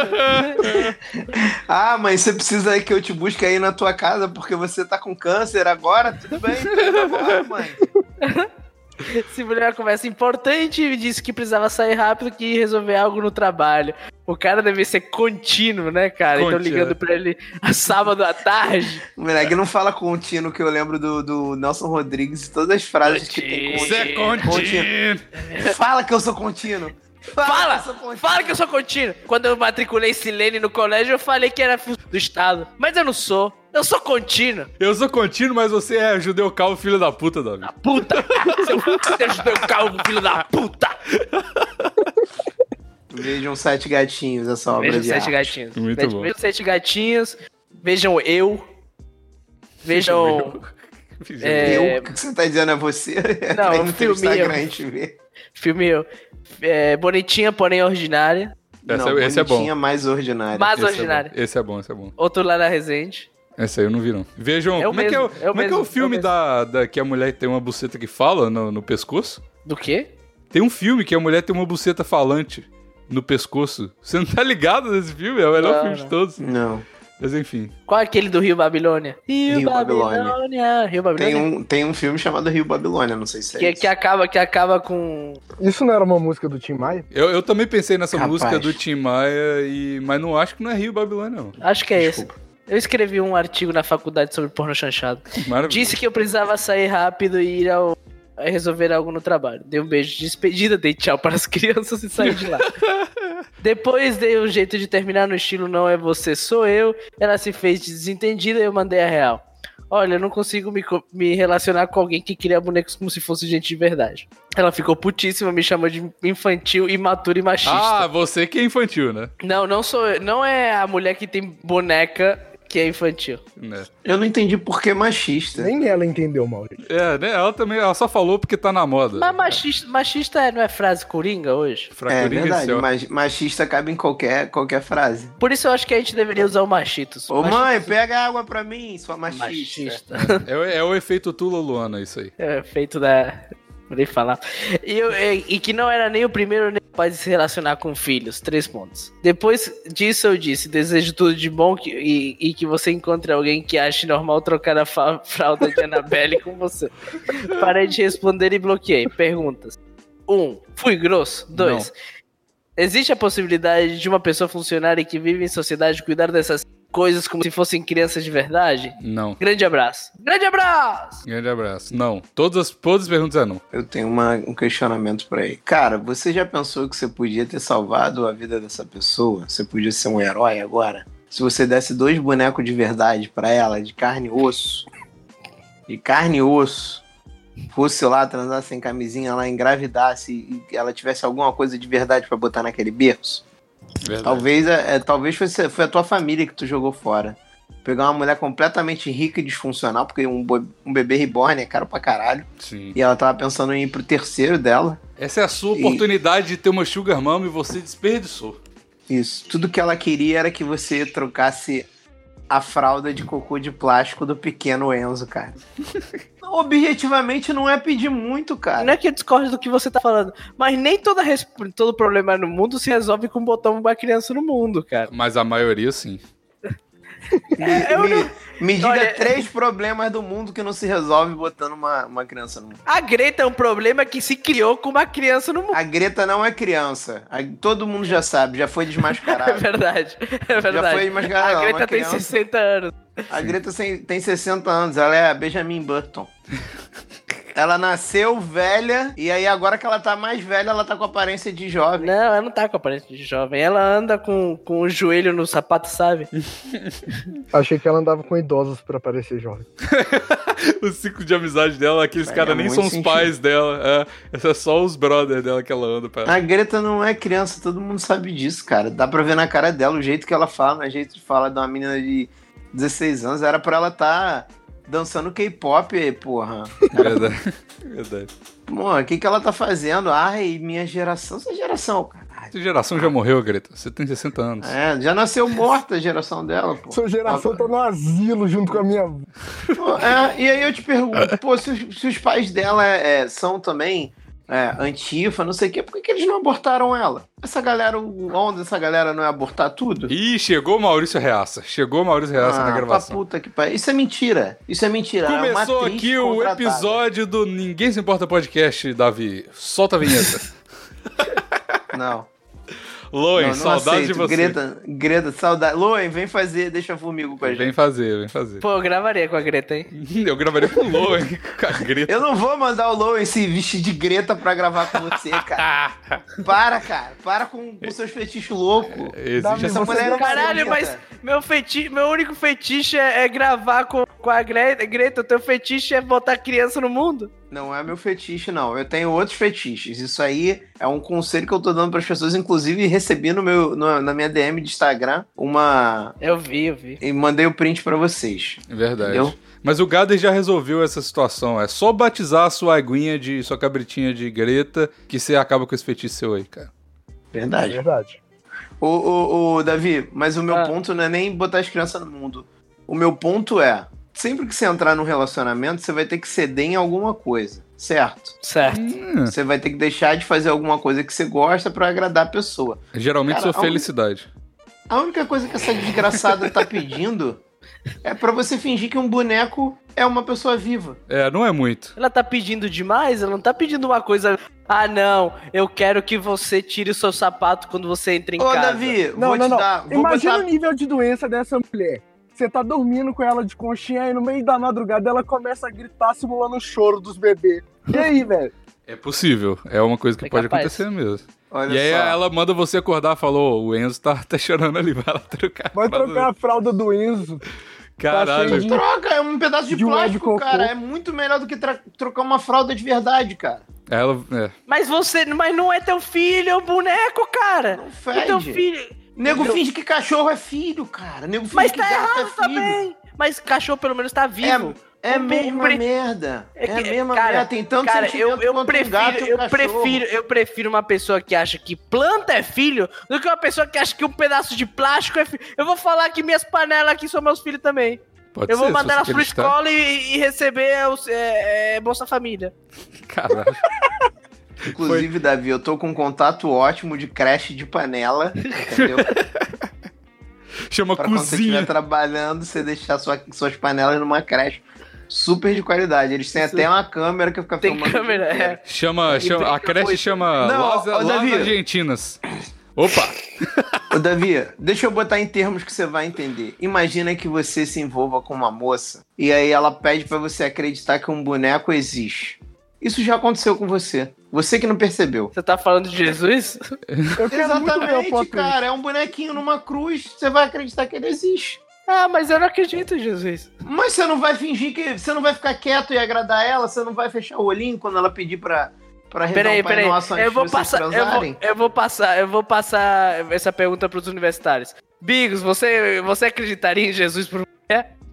S3: Ah, mas você precisa aí que eu te busque aí na tua casa porque você tá com câncer agora? Tudo bem, então tá bom, mãe.
S2: Se mulher uma conversa importante e disse que precisava sair rápido, que ia resolver algo no trabalho. O cara deve ser contínuo, né, cara? Então
S1: Contínuo.
S2: ligando pra ele a sábado à tarde.
S3: O moleque não fala contínuo, que eu lembro do, do Nelson Rodrigues, todas as frases que tem
S2: Contínuo.
S3: contínuo.
S1: Isso é contínuo.
S3: Fala que eu sou contínuo.
S2: Fala!
S3: que eu sou contínuo.
S2: Fala que eu sou contínuo. Quando eu matriculei Silene no colégio, eu falei que era fi- do Estado. Mas eu não sou. Eu sou contínuo.
S1: Eu sou contínuo, mas você é judeu calvo, filho da puta, Davi.
S2: Puta! Seu Deus, meu calvo, filho da puta!
S3: Vejam Sete Gatinhos, essa obra
S2: Vejam
S3: de
S2: Sete
S3: arte.
S2: Gatinhos.
S1: Muito
S2: vejam,
S1: bom.
S2: vejam Sete Gatinhos. Vejam eu. Vejam É,
S3: Eu, o que você tá dizendo é você?
S2: Não,
S3: Vai
S2: é um filme,
S3: no teu Instagram
S2: é um-
S3: a gente vê.
S2: filme eu. É, bonitinha, porém ordinária.
S1: Essa- esse é bom.
S3: bonitinha, mais ordinária.
S2: Mas
S1: Esse é bom.
S2: ordinária.
S1: Esse é bom, esse é bom.
S2: Outro lá na Resende.
S1: Essa aí eu não vi, não. Vejam,
S2: É o
S1: como, é que é, o-
S2: mesmo, é o
S1: como é que é
S2: mesmo,
S1: o
S2: é o
S1: filme
S2: mesmo.
S1: da, da- que a mulher tem uma buceta que fala no, no pescoço?
S2: Do quê?
S1: Tem um filme que a mulher tem uma buceta falante no pescoço. Você não tá ligado nesse filme? É o melhor
S2: Não,
S1: filme de
S2: não.
S1: todos.
S3: Não.
S1: Mas enfim.
S2: Qual é aquele do Rio Babilônia?
S3: Rio Babilônia.
S2: Rio
S3: Tem
S2: Babilônia.
S3: um, tem um filme chamado Rio Babilônia, não sei se é
S2: é que,
S3: isso.
S2: que acaba, que acaba com.
S4: Isso não era uma música do Tim Maia?
S1: Eu, eu também pensei nessa
S3: Capaz.
S1: música do Tim Maia, e, mas não acho que não é Rio Babilônia, não.
S2: Acho que é esse.
S1: Desculpa.
S2: Eu escrevi um artigo na faculdade sobre porno chanchado.
S1: Maravilha.
S2: Disse que eu precisava sair rápido e ir ao. resolver algo no trabalho. Dei um beijo de despedida, dei tchau para as crianças e saí de lá. Depois dei um jeito de terminar no estilo não é você, sou eu. Ela se fez de desentendida e eu mandei a real. Olha, eu não consigo me, co- me relacionar com alguém que cria bonecos como se fosse gente de verdade. Ela ficou putíssima, me chamou de infantil, imaturo e machista.
S1: Ah, você que é infantil, né?
S2: Não, não sou eu. Não é a mulher que tem boneca que é infantil.
S1: Né.
S3: Eu não entendi por que machista.
S4: Nem ela entendeu, Maurício.
S1: É, né? Ela também, ela só falou porque tá na moda.
S2: Mas machista, machista é- não é frase coringa hoje?
S3: É
S1: Fracurinha
S3: verdade,
S1: seu.
S3: mas machista cabe em qualquer, qualquer frase.
S2: Por isso eu acho que a gente deveria usar o machitos.
S3: Ô
S2: Machi-
S3: mãe, pega água pra mim, sua machista.
S2: machista.
S1: É, o- é o efeito Tula Luana, isso aí.
S2: É feito da. Não nem falar. E, eu- e- e que não era nem o primeiro nem o pai de se relacionar com filhos. Três pontos. Depois disso eu disse: desejo tudo de bom que- e, e que você encontre alguém que ache normal trocar a fa- fralda de Annabelle com você. Parei de responder e bloqueei. Perguntas. Um, fui grosso. Dois. Existe a possibilidade de uma pessoa funcionária que vive em sociedade cuidar dessas coisas como se fossem crianças de verdade?
S1: Não.
S2: Grande abraço. Grande abraço!
S1: Grande abraço. Não. Todas as, todas as perguntas é não.
S3: Eu tenho uma- um questionamento pra ele. Cara, você já pensou que você podia ter salvado a vida dessa pessoa? Você podia ser um herói agora? Se você desse dois bonecos de verdade pra ela, de carne e osso, de carne e osso, fosse lá transar sem camisinha, lá engravidasse e ela tivesse alguma coisa de verdade pra botar naquele berço?
S1: Verdade.
S3: Talvez, é, é, talvez fosse, foi a tua família que tu jogou fora. Pegar uma mulher completamente rica e disfuncional, porque um, bo- um bebê reborn é caro pra caralho.
S1: Sim.
S3: E ela tava pensando em ir pro terceiro dela.
S1: Essa é a sua
S3: E-
S1: oportunidade de ter uma sugar mama e você desperdiçou.
S3: Isso. Tudo que ela queria era que você trocasse a fralda de cocô de plástico do pequeno Enzo, cara. Objetivamente não é pedir muito,
S2: Não
S3: cara.
S2: é que eu discordo do que você tá falando, mas nem toda res- todo problema no mundo se resolve com botar uma criança no mundo, cara.
S1: Mas a maioria sim.
S3: Me,
S2: eu
S3: me- me diga
S2: Olha-
S3: três problemas do mundo que não se resolve botando uma, uma criança no mundo.
S2: A Greta é um problema que se criou com uma criança no mundo.
S3: A Greta não é criança. A- todo mundo já sabe, já foi
S2: É
S3: desmascarada.
S2: verdade, é
S3: Já foi
S2: verdade.
S3: desmascarada.
S2: A
S3: não,
S2: Greta
S3: uma
S2: tem
S3: criança.
S2: 60 anos.
S3: A Greta tem, tem 60 anos, ela é a Benjamin Button. Ela nasceu velha e aí agora que ela tá mais velha, ela tá com aparência de jovem.
S2: Não, ela não tá com aparência de jovem. Ela anda com, com o joelho no sapato, sabe?
S4: Achei que ela andava com idosos pra parecer jovem.
S1: o ciclo de amizade dela, aqueles
S3: Faz
S1: caras nem
S3: é muito
S1: são os
S3: sentido.
S1: pais dela. É, Essa é só os brothers dela que ela anda pra.
S3: A Greta não é criança, todo mundo sabe disso, cara. Dá pra ver na cara dela o jeito que ela fala, o jeito de falar de uma menina de 16 anos. Era pra ela tá dançando K-pop, porra.
S1: É Verdade. Verdade.
S3: Porra, o que, que ela tá fazendo? Ai, minha geração, essa geração, cara.
S1: Essa geração já morreu, Greta. Você tem 60 anos.
S3: É, já nasceu morta a geração dela, pô.
S4: Sua geração tá no asilo junto com a minha avó.
S3: Pô, é, e aí eu te pergunto, pô, se, os- se os pais dela é, são também é, antifa, não sei o quê, por que, que eles não abortaram ela? Essa galera, o onda dessa galera não é abortar tudo? Ah,
S1: Ih, chegou o Maurício Reaça. Chegou o Maurício Reaça na
S3: pra
S1: gravação.
S3: puta que pariu. Isso é mentira. Isso é mentira. É uma
S1: Começou
S3: atriz
S1: aqui o
S3: contratada.
S1: episódio do Ninguém Se Importa Podcast, Davi. Solta a vinheta.
S3: Não.
S1: Loen,
S3: não, não
S1: saudade de
S3: aceito.
S1: você.
S3: Greta, Greta, saudade. Loen, vem fazer, deixa comigo com a gente.
S1: Vem fazer, vem fazer.
S2: Pô, eu gravaria com a Greta, hein?
S1: Eu gravaria com o Loen, com a Greta.
S3: Eu não vou mandar o Loen se vestir de Greta pra gravar com você, cara.
S1: Ah,
S3: Para, cara. Para com, com seus fetiches loucos.
S1: Existe essa...
S4: Davi,
S3: Essa
S4: você
S3: mulher é
S4: não-
S2: Caralho,
S3: bonita.
S2: mas meu, feti meu único fetiche é, é gravar com, com a Greta. Greta, o teu fetiche é botar criança no mundo?
S3: Não é meu fetiche, não. Eu tenho outros fetiches. Isso aí é um conselho que eu tô dando pras pessoas. Inclusive, recebi no meu, no- na minha DM de Instagram uma.
S2: Eu vi, eu vi.
S3: E mandei o print pra vocês.
S1: Verdade.
S3: Entendeu?
S1: Mas o Gader já resolveu essa situação. É só batizar a sua aguinha de sua cabritinha de Greta que você acaba com esse feitiço seu aí, cara.
S4: É
S3: Verdade.
S4: verdade.
S3: Ô, ô, ô, Davi, mas o meu
S2: Ah.
S3: ponto não é nem botar as crianças no mundo. O meu ponto é: sempre que você entrar num relacionamento, você vai ter que ceder em alguma coisa, certo?
S2: Certo.
S1: Hum,
S3: Você vai ter que deixar de fazer alguma coisa que você gosta pra agradar a pessoa.
S1: geralmente
S3: Cara,
S1: sua
S3: a un-
S1: felicidade.
S3: A única coisa que essa desgraçada tá pedindo é pra você fingir que um boneco é uma pessoa viva.
S1: É, não é muito.
S2: Ela tá pedindo demais? Ela não tá pedindo uma coisa. Ah, não, eu quero que você tire o seu sapato quando você entra em
S3: Ô,
S2: casa.
S3: Davi,
S4: Não,
S3: vou
S4: não,
S3: te
S4: não.
S3: dar. Vou
S4: Imagina
S3: botar...
S4: o nível de doença dessa mulher. Você tá dormindo com ela de conchinha e no meio da madrugada ela começa a gritar simulando o choro dos bebês. E aí, velho?
S1: É possível. É uma coisa que
S2: É
S1: pode
S2: capaz.
S1: acontecer mesmo.
S3: Olha
S1: E aí é
S3: só.
S1: ela manda você acordar falou: o Enzo tá, tá chorando ali, vai lá trocar.
S4: Vai
S1: a fralda
S4: trocar a fralda do Enzo.
S1: Caralho.
S4: cheio de-
S3: Troca, é um pedaço de,
S4: De um lado de
S3: plástico,
S4: cocô.
S3: cara. É muito melhor do que tra- trocar uma fralda de verdade, cara.
S1: Ela. É.
S2: Mas você. Mas não é teu filho, é o boneco, cara.
S3: Não
S2: É teu
S4: Então,
S3: fede.
S2: filho.
S3: Nego finge que cachorro é filho, cara. Nego finge
S2: Mas
S3: que
S2: tá
S3: gato é
S2: errado
S3: filho.
S2: também. Mas cachorro pelo menos tá vivo.
S3: É a
S2: O
S3: mesma
S2: pre-
S3: merda. É,
S2: É
S3: a
S2: que-
S3: mesma
S2: cara,
S3: merda. Tem tanto
S2: Cara,
S3: sentimento
S2: eu, eu
S3: quanto um
S2: prefiro,
S3: gato e um
S2: eu
S3: cachorro.
S2: prefiro, eu prefiro uma pessoa que acha que planta é filho do que uma pessoa que acha que um pedaço de plástico é filho. Eu vou falar que minhas panelas aqui são meus filhos também.
S1: Pode
S2: eu
S1: ser.
S2: vou
S1: se
S2: mandar elas
S1: você
S2: pra
S1: acreditar.
S2: escola e, e receber os, é, é, Bolsa Família.
S1: Caralho.
S3: Inclusive, Davi, eu tô com um contato ótimo de creche de panela, entendeu?
S1: Chama
S3: pra quando você
S1: cozinha.
S3: estiver trabalhando, você deixar sua- suas panelas numa creche super de qualidade. Eles têm até uma câmera que fica
S2: Tem
S3: filmando.
S2: câmera, é.
S1: Chama, chama, a creche chama
S3: Não,
S1: Las,
S3: ó,
S1: Las
S3: Davi.
S1: Argentinas. Opa!
S3: Ô, Davi, deixa eu botar em termos que você vai entender. Imagina que você se envolva com uma moça e aí ela pede pra você acreditar que um boneco existe. Isso já aconteceu com você. Você que não percebeu.
S2: Você tá falando de Jesus?
S4: Eu quero muito ver o
S3: Exatamente,
S4: plot twist.
S3: cara. É um bonequinho numa cruz. Você vai acreditar que ele existe.
S2: Ah, mas eu não acredito em Jesus.
S3: Mas você não vai fingir que. Você não vai ficar quieto e agradar ela. Você não vai fechar o olhinho quando ela pedir pra. Pra rezar
S2: Peraí,
S3: o Pai
S2: peraí.
S3: Nosso antes
S2: Eu vou
S3: de vocês
S2: passar, eu vou,
S3: transarem.
S2: eu vou passar, eu vou passar essa pergunta pros universitários. Bigos, você, você acreditaria em Jesus por um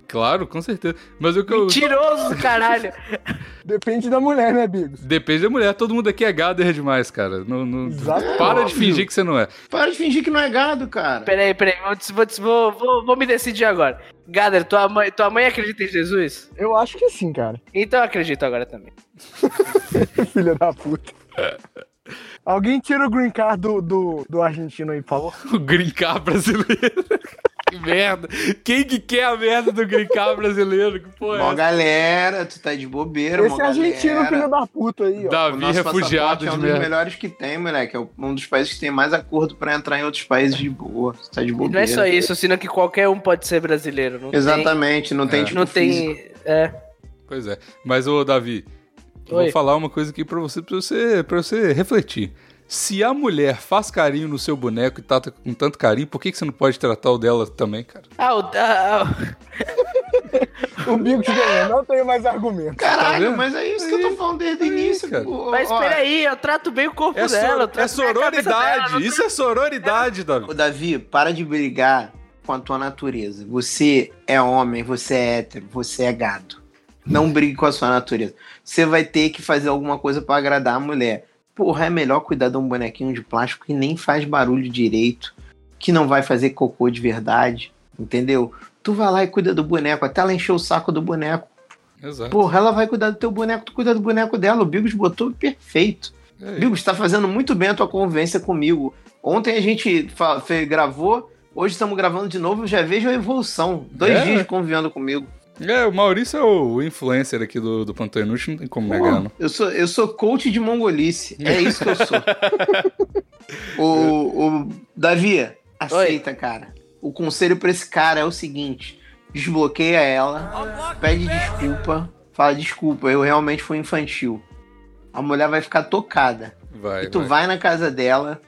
S1: Claro, com certeza. Mas o que eu.
S2: mentiroso, do caralho?
S4: Depende da mulher, né, Bigos?
S1: Depende da mulher, todo mundo aqui é gader demais, cara. Não, não-
S4: Exato.
S1: Para de
S4: Óbvio.
S1: fingir que você não é.
S3: Para de fingir que não é gado, cara.
S2: Peraí, peraí, vou, des- vou, des- vou, vou, vou me decidir agora. Gader, tua mãe, tua mãe acredita em Jesus?
S4: Eu acho que sim, cara.
S2: Então eu acredito agora também.
S4: Filha da puta. Alguém tira o green card do, do, do argentino aí, por favor.
S1: O grincar brasileiro. que merda. Quem que quer a merda do grincar brasileiro? Que porra é
S3: Mó
S1: essa?
S3: galera, tu tá de bobeira, mó
S4: Esse é argentino,
S3: galera.
S4: filho da puta aí, ó.
S3: O
S1: Davi
S3: nosso
S1: refugiado
S3: passaporte é
S1: de
S3: um dos
S1: merda.
S3: melhores que tem, moleque. É um dos países que tem mais acordo pra entrar em outros países de boa. Você tá de
S2: E
S3: bobeira.
S2: não é só isso, senão que qualquer um pode ser brasileiro. Não
S3: Exatamente, não tem
S1: É.
S2: Tem,
S3: tipo
S2: não
S3: físico.
S2: tem. É.
S1: Pois é. Mas, ô, Davi, eu vou
S2: Oi.
S1: falar uma coisa aqui pra você, pra você, pra você refletir. Se a mulher faz carinho no seu boneco e trata com tanto carinho, por que, que você não pode tratar o dela também, cara?
S2: Ah, o, ah, ah,
S4: O Bigos ganhou. Não tenho mais argumento.
S1: Tá
S3: Caralho,
S1: vendo?
S3: mas é isso que eu tô falando desde o
S1: Aí,
S3: início,
S1: cara.
S3: pô.
S2: mas
S3: Ó,
S2: peraí, eu trato bem o corpo
S1: É,
S2: dela. eu
S1: sor-
S2: trato
S1: é
S2: bem a cabeça dela,
S1: sororidade.
S2: não
S1: Isso é sororidade, Davi.
S3: Ô, Davi, para de brigar com a tua natureza. Você é homem, você é hétero, você é gado. Não brigue com a sua natureza. Você vai ter que fazer alguma coisa pra agradar a mulher. Porra, é melhor cuidar de um bonequinho de plástico que nem faz barulho direito, que não vai fazer cocô de verdade, entendeu? Tu vai lá e cuida do boneco, até ela encher o saco do boneco.
S1: Exato.
S3: Porra, ela vai cuidar do teu boneco, tu cuida do boneco dela. O Bigos botou perfeito.
S1: É isso.
S3: Bigos, tá fazendo muito bem a tua convivência comigo. Ontem a gente fa- fe- gravou, hoje estamos gravando de novo, eu já vejo a evolução. Dois
S1: É?
S3: dias convivendo comigo.
S1: É, o Maurício é o influencer aqui do, do Plantão Inútil, não tem como
S2: Hum.
S1: negar, não.
S3: Eu sou, eu sou coach de mongolice. É isso que eu sou. o, o Davi, aceita, cara. O conselho pra esse cara é o seguinte: desbloqueia ela, pede desculpa, fala desculpa, eu realmente fui infantil. A mulher vai ficar tocada.
S1: Vai,
S3: E tu
S1: vai.
S3: vai na casa dela,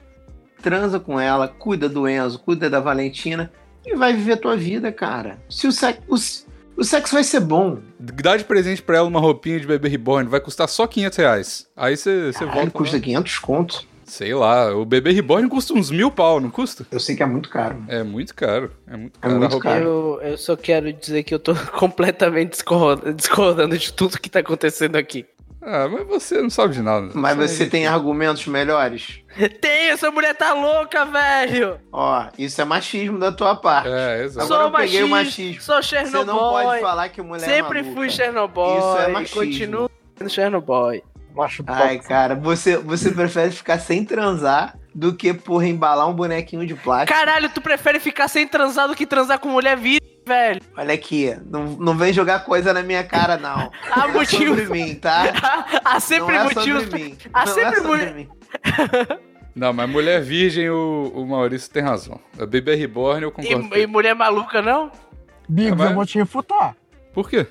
S3: transa com ela, cuida do Enzo, cuida da Valentina e vai viver tua vida, cara. Se o sexo, o, se- o sexo vai ser bom.
S1: Dá de presente pra ela uma roupinha de bebê reborn, vai custar só 500 reais. Aí você você
S3: Caralho,
S1: volta.
S3: custa
S1: lá.
S3: 500 conto.
S1: Sei lá, o bebê reborn custa uns mil pau, não custa?
S3: Eu sei que é muito caro.
S1: É muito caro. É muito caro.
S3: muito
S1: A roupa-
S3: Cara.
S2: Eu, eu só quero dizer que eu tô completamente discorda- discordando de tudo que tá acontecendo aqui.
S1: Ah, mas você não sabe de nada. é
S3: Mas
S1: Isso
S3: você
S1: aí-
S3: tem argumentos melhores?
S2: Tem, essa mulher tá louca, velho!
S3: Ó, isso é machismo da tua parte.
S1: É, exato.
S3: Agora eu
S2: sou
S3: peguei
S2: machista,
S3: o machismo.
S2: sou
S3: Você não pode
S2: Chernobyl,
S3: falar que mulher é
S2: sempre
S3: maluca.
S2: fui Chernobyl,
S3: Isso é
S2: e
S3: machismo.
S2: continuo sendo Chernobyl.
S4: Macho
S3: Ai, cara, você, você prefere ficar sem transar do que, porra, embalar um bonequinho de plástico?
S2: Caralho, tu prefere ficar sem transar do que transar com mulher virgem, velho?
S3: Olha aqui, não, não vem jogar coisa na minha cara, não.
S2: Há
S3: Não é
S2: motivos.
S3: sobre mim, tá?
S2: Há sempre
S3: não é
S2: motivos.
S3: sobre mim.
S2: há
S3: não
S2: sempre
S3: é sobre
S2: mulher-
S3: mim.
S1: Não, mas mulher virgem, o, o Maurício tem razão. A bebê reborn eu concordo. com
S2: E, e
S1: ele.
S2: mulher maluca, não?
S4: Bigos,
S1: Mas-
S4: eu vou te refutar.
S1: Por quê?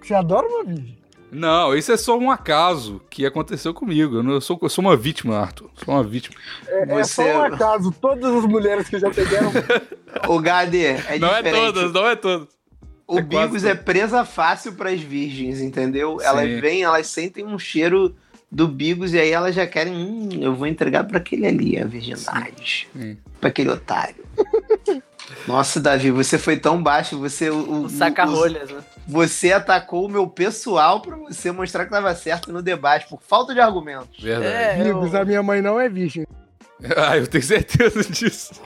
S4: Você adora uma virgem.
S1: Não, isso é só um acaso que aconteceu comigo. Eu, não- eu sou, eu sou uma vítima, Arthur. Sou uma vítima.
S4: É, é só
S3: Você-
S4: um acaso. Todas as mulheres que já pegaram.
S3: O Gade é
S1: não
S3: diferente.
S1: é todas, não é todas.
S3: O
S1: é quase
S3: Bigos
S1: todas.
S3: é presa fácil pras virgens, entendeu?
S1: Sim.
S3: Elas vêm, elas sentem um cheiro do Bigos e aí elas já querem, hum, eu vou entregar pra aquele ali a virgindade.
S1: Sim.
S3: Pra aquele otário. Nossa, Davi, você foi tão baixo, você o,
S2: O saca-rolhas, né?
S3: você atacou o meu pessoal pra você mostrar que tava certo no debate por falta de argumento.
S1: Verdade.
S2: É, eu-
S4: Bigos, a minha mãe não é virgem.
S1: Ah, eu tenho certeza disso.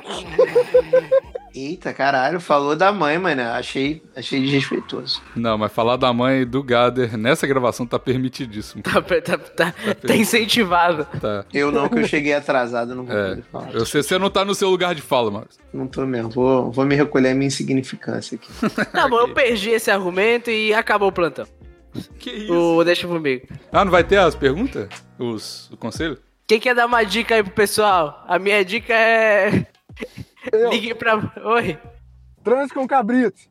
S3: Eita, caralho, falou da mãe, mano. Achei, achei desrespeitoso.
S1: Não, mas falar da mãe do Gader nessa gravação tá permitidíssimo.
S2: tá, tá, tá, tá incentivado.
S1: Tá.
S3: Eu não, que eu cheguei atrasado, não vou
S1: É,
S3: poder falar.
S1: Eu sei, você não tá no seu lugar de fala, Maurício.
S3: Não tô mesmo. Vou, vou me recolher a minha insignificância aqui.
S2: Tá bom, eu perdi esse argumento e acabou o plantão.
S1: Que isso?
S2: O Deixa comigo.
S1: Ah, não vai ter as perguntas? Os, o conselho?
S2: Quem quer dar uma dica aí pro pessoal? A minha dica é.
S4: Eu,
S2: Ligue pra. Oi.
S4: trans com cabritos.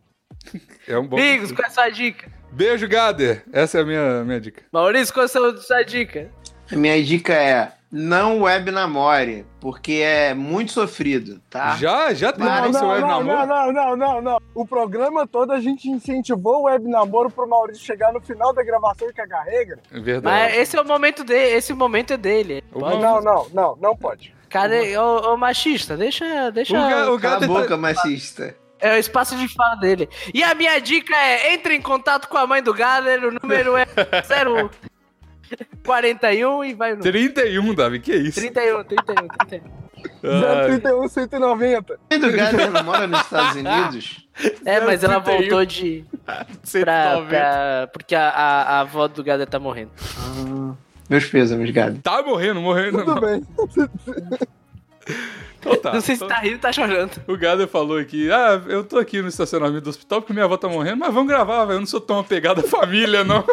S1: É um bom.
S2: Bigos,
S1: conselho.
S2: qual é a sua dica?
S1: Beijo, Gader. Essa é a minha, minha dica.
S2: Maurício, qual é a sua- sua dica?
S3: A minha dica é: não web namore, porque é muito sofrido, tá?
S1: Já, já tem
S3: Para,
S1: o
S4: Não,
S1: seu
S4: não,
S1: web
S4: não, não,
S1: namoro?
S4: não, não, não, não. O programa todo a gente incentivou o web namoro pro Maurício chegar no final da gravação e cagar regra.
S1: É Verdade.
S2: Mas esse é o momento dele. Esse momento é dele.
S1: O
S2: Pode-
S4: Não, não, não, não pode.
S2: Cara, é o, machista, deixa. deixa
S1: O Ga- o
S3: Cala a
S1: Gader
S3: boca,
S1: tá...
S3: machista.
S2: É o espaço de fala dele. E a minha dica é: entre em contato com a mãe do Galer, o número é 0 41 e vai no
S1: 31, Davi, que é isso?
S2: 31, 31, 31.
S1: Ah,
S4: 031, 190.
S3: A mãe do Gader não mora nos Estados Unidos?
S2: É, mas ela
S1: 031.
S2: voltou de. Pra,
S1: 190.
S2: pra- porque a, a, a avó do Gader tá morrendo.
S3: Ah, meus pêsames, Gader.
S1: Tá morrendo, morrendo.
S4: Tudo
S1: Não.
S4: bem.
S1: Então tá.
S2: Não sei se
S1: Então-
S2: tá rindo ou tá chorando.
S1: O Gader falou aqui, ah, eu tô aqui no estacionamento do hospital porque minha avó tá morrendo, mas vamos gravar, velho. Eu não sou tão apegado à família, não.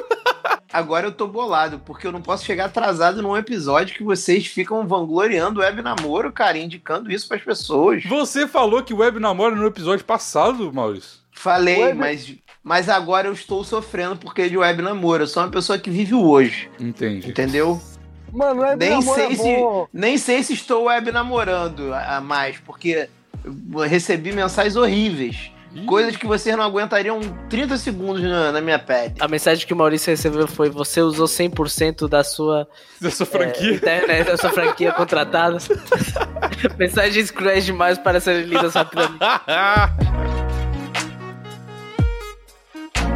S3: Agora eu tô bolado, porque eu não posso chegar atrasado num episódio que vocês ficam vangloriando o web namoro, cara, indicando isso pras pessoas.
S1: Você falou que web namora no episódio passado, Maurício.
S3: Falei,
S4: Web-
S3: mas, mas agora eu estou sofrendo porque é de web namoro. Eu sou uma pessoa que vive o hoje,
S1: Entendi.
S3: entendeu?
S4: Mano, web
S3: Nem
S4: namoro
S3: sei
S4: é
S3: se-
S4: bom.
S3: Nem sei se estou web namorando a a mais, porque eu recebi mensagens horríveis.
S1: Ih,
S3: Coisas que vocês não aguentariam 30 segundos na, na minha pele.
S2: A mensagem que o Maurício recebeu foi: você usou 100% da sua
S1: Dessa
S2: é,
S1: franquia.
S2: internet, da sua franquia contratada. Mensagens cruéis demais para serem lidas rapidamente.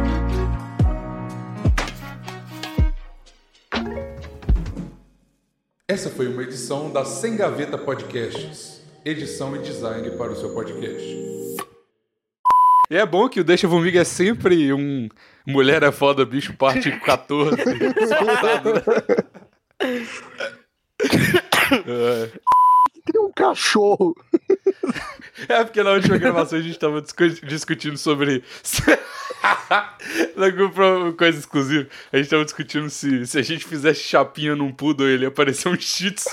S1: Essa foi uma edição da Sem Gaveta Podcasts. Edição e design para o seu podcast. E é bom que o Deixa Vomiga é sempre um Mulher é Foda Bicho Parte 14. É.
S4: Tem um cachorro.
S1: É porque na última gravação a gente tava discu- discutindo sobre. Na GoPro, coisa exclusiva, a gente tava discutindo se, se a gente fizesse chapinha num poodle, ele ia parecer um shih tzu.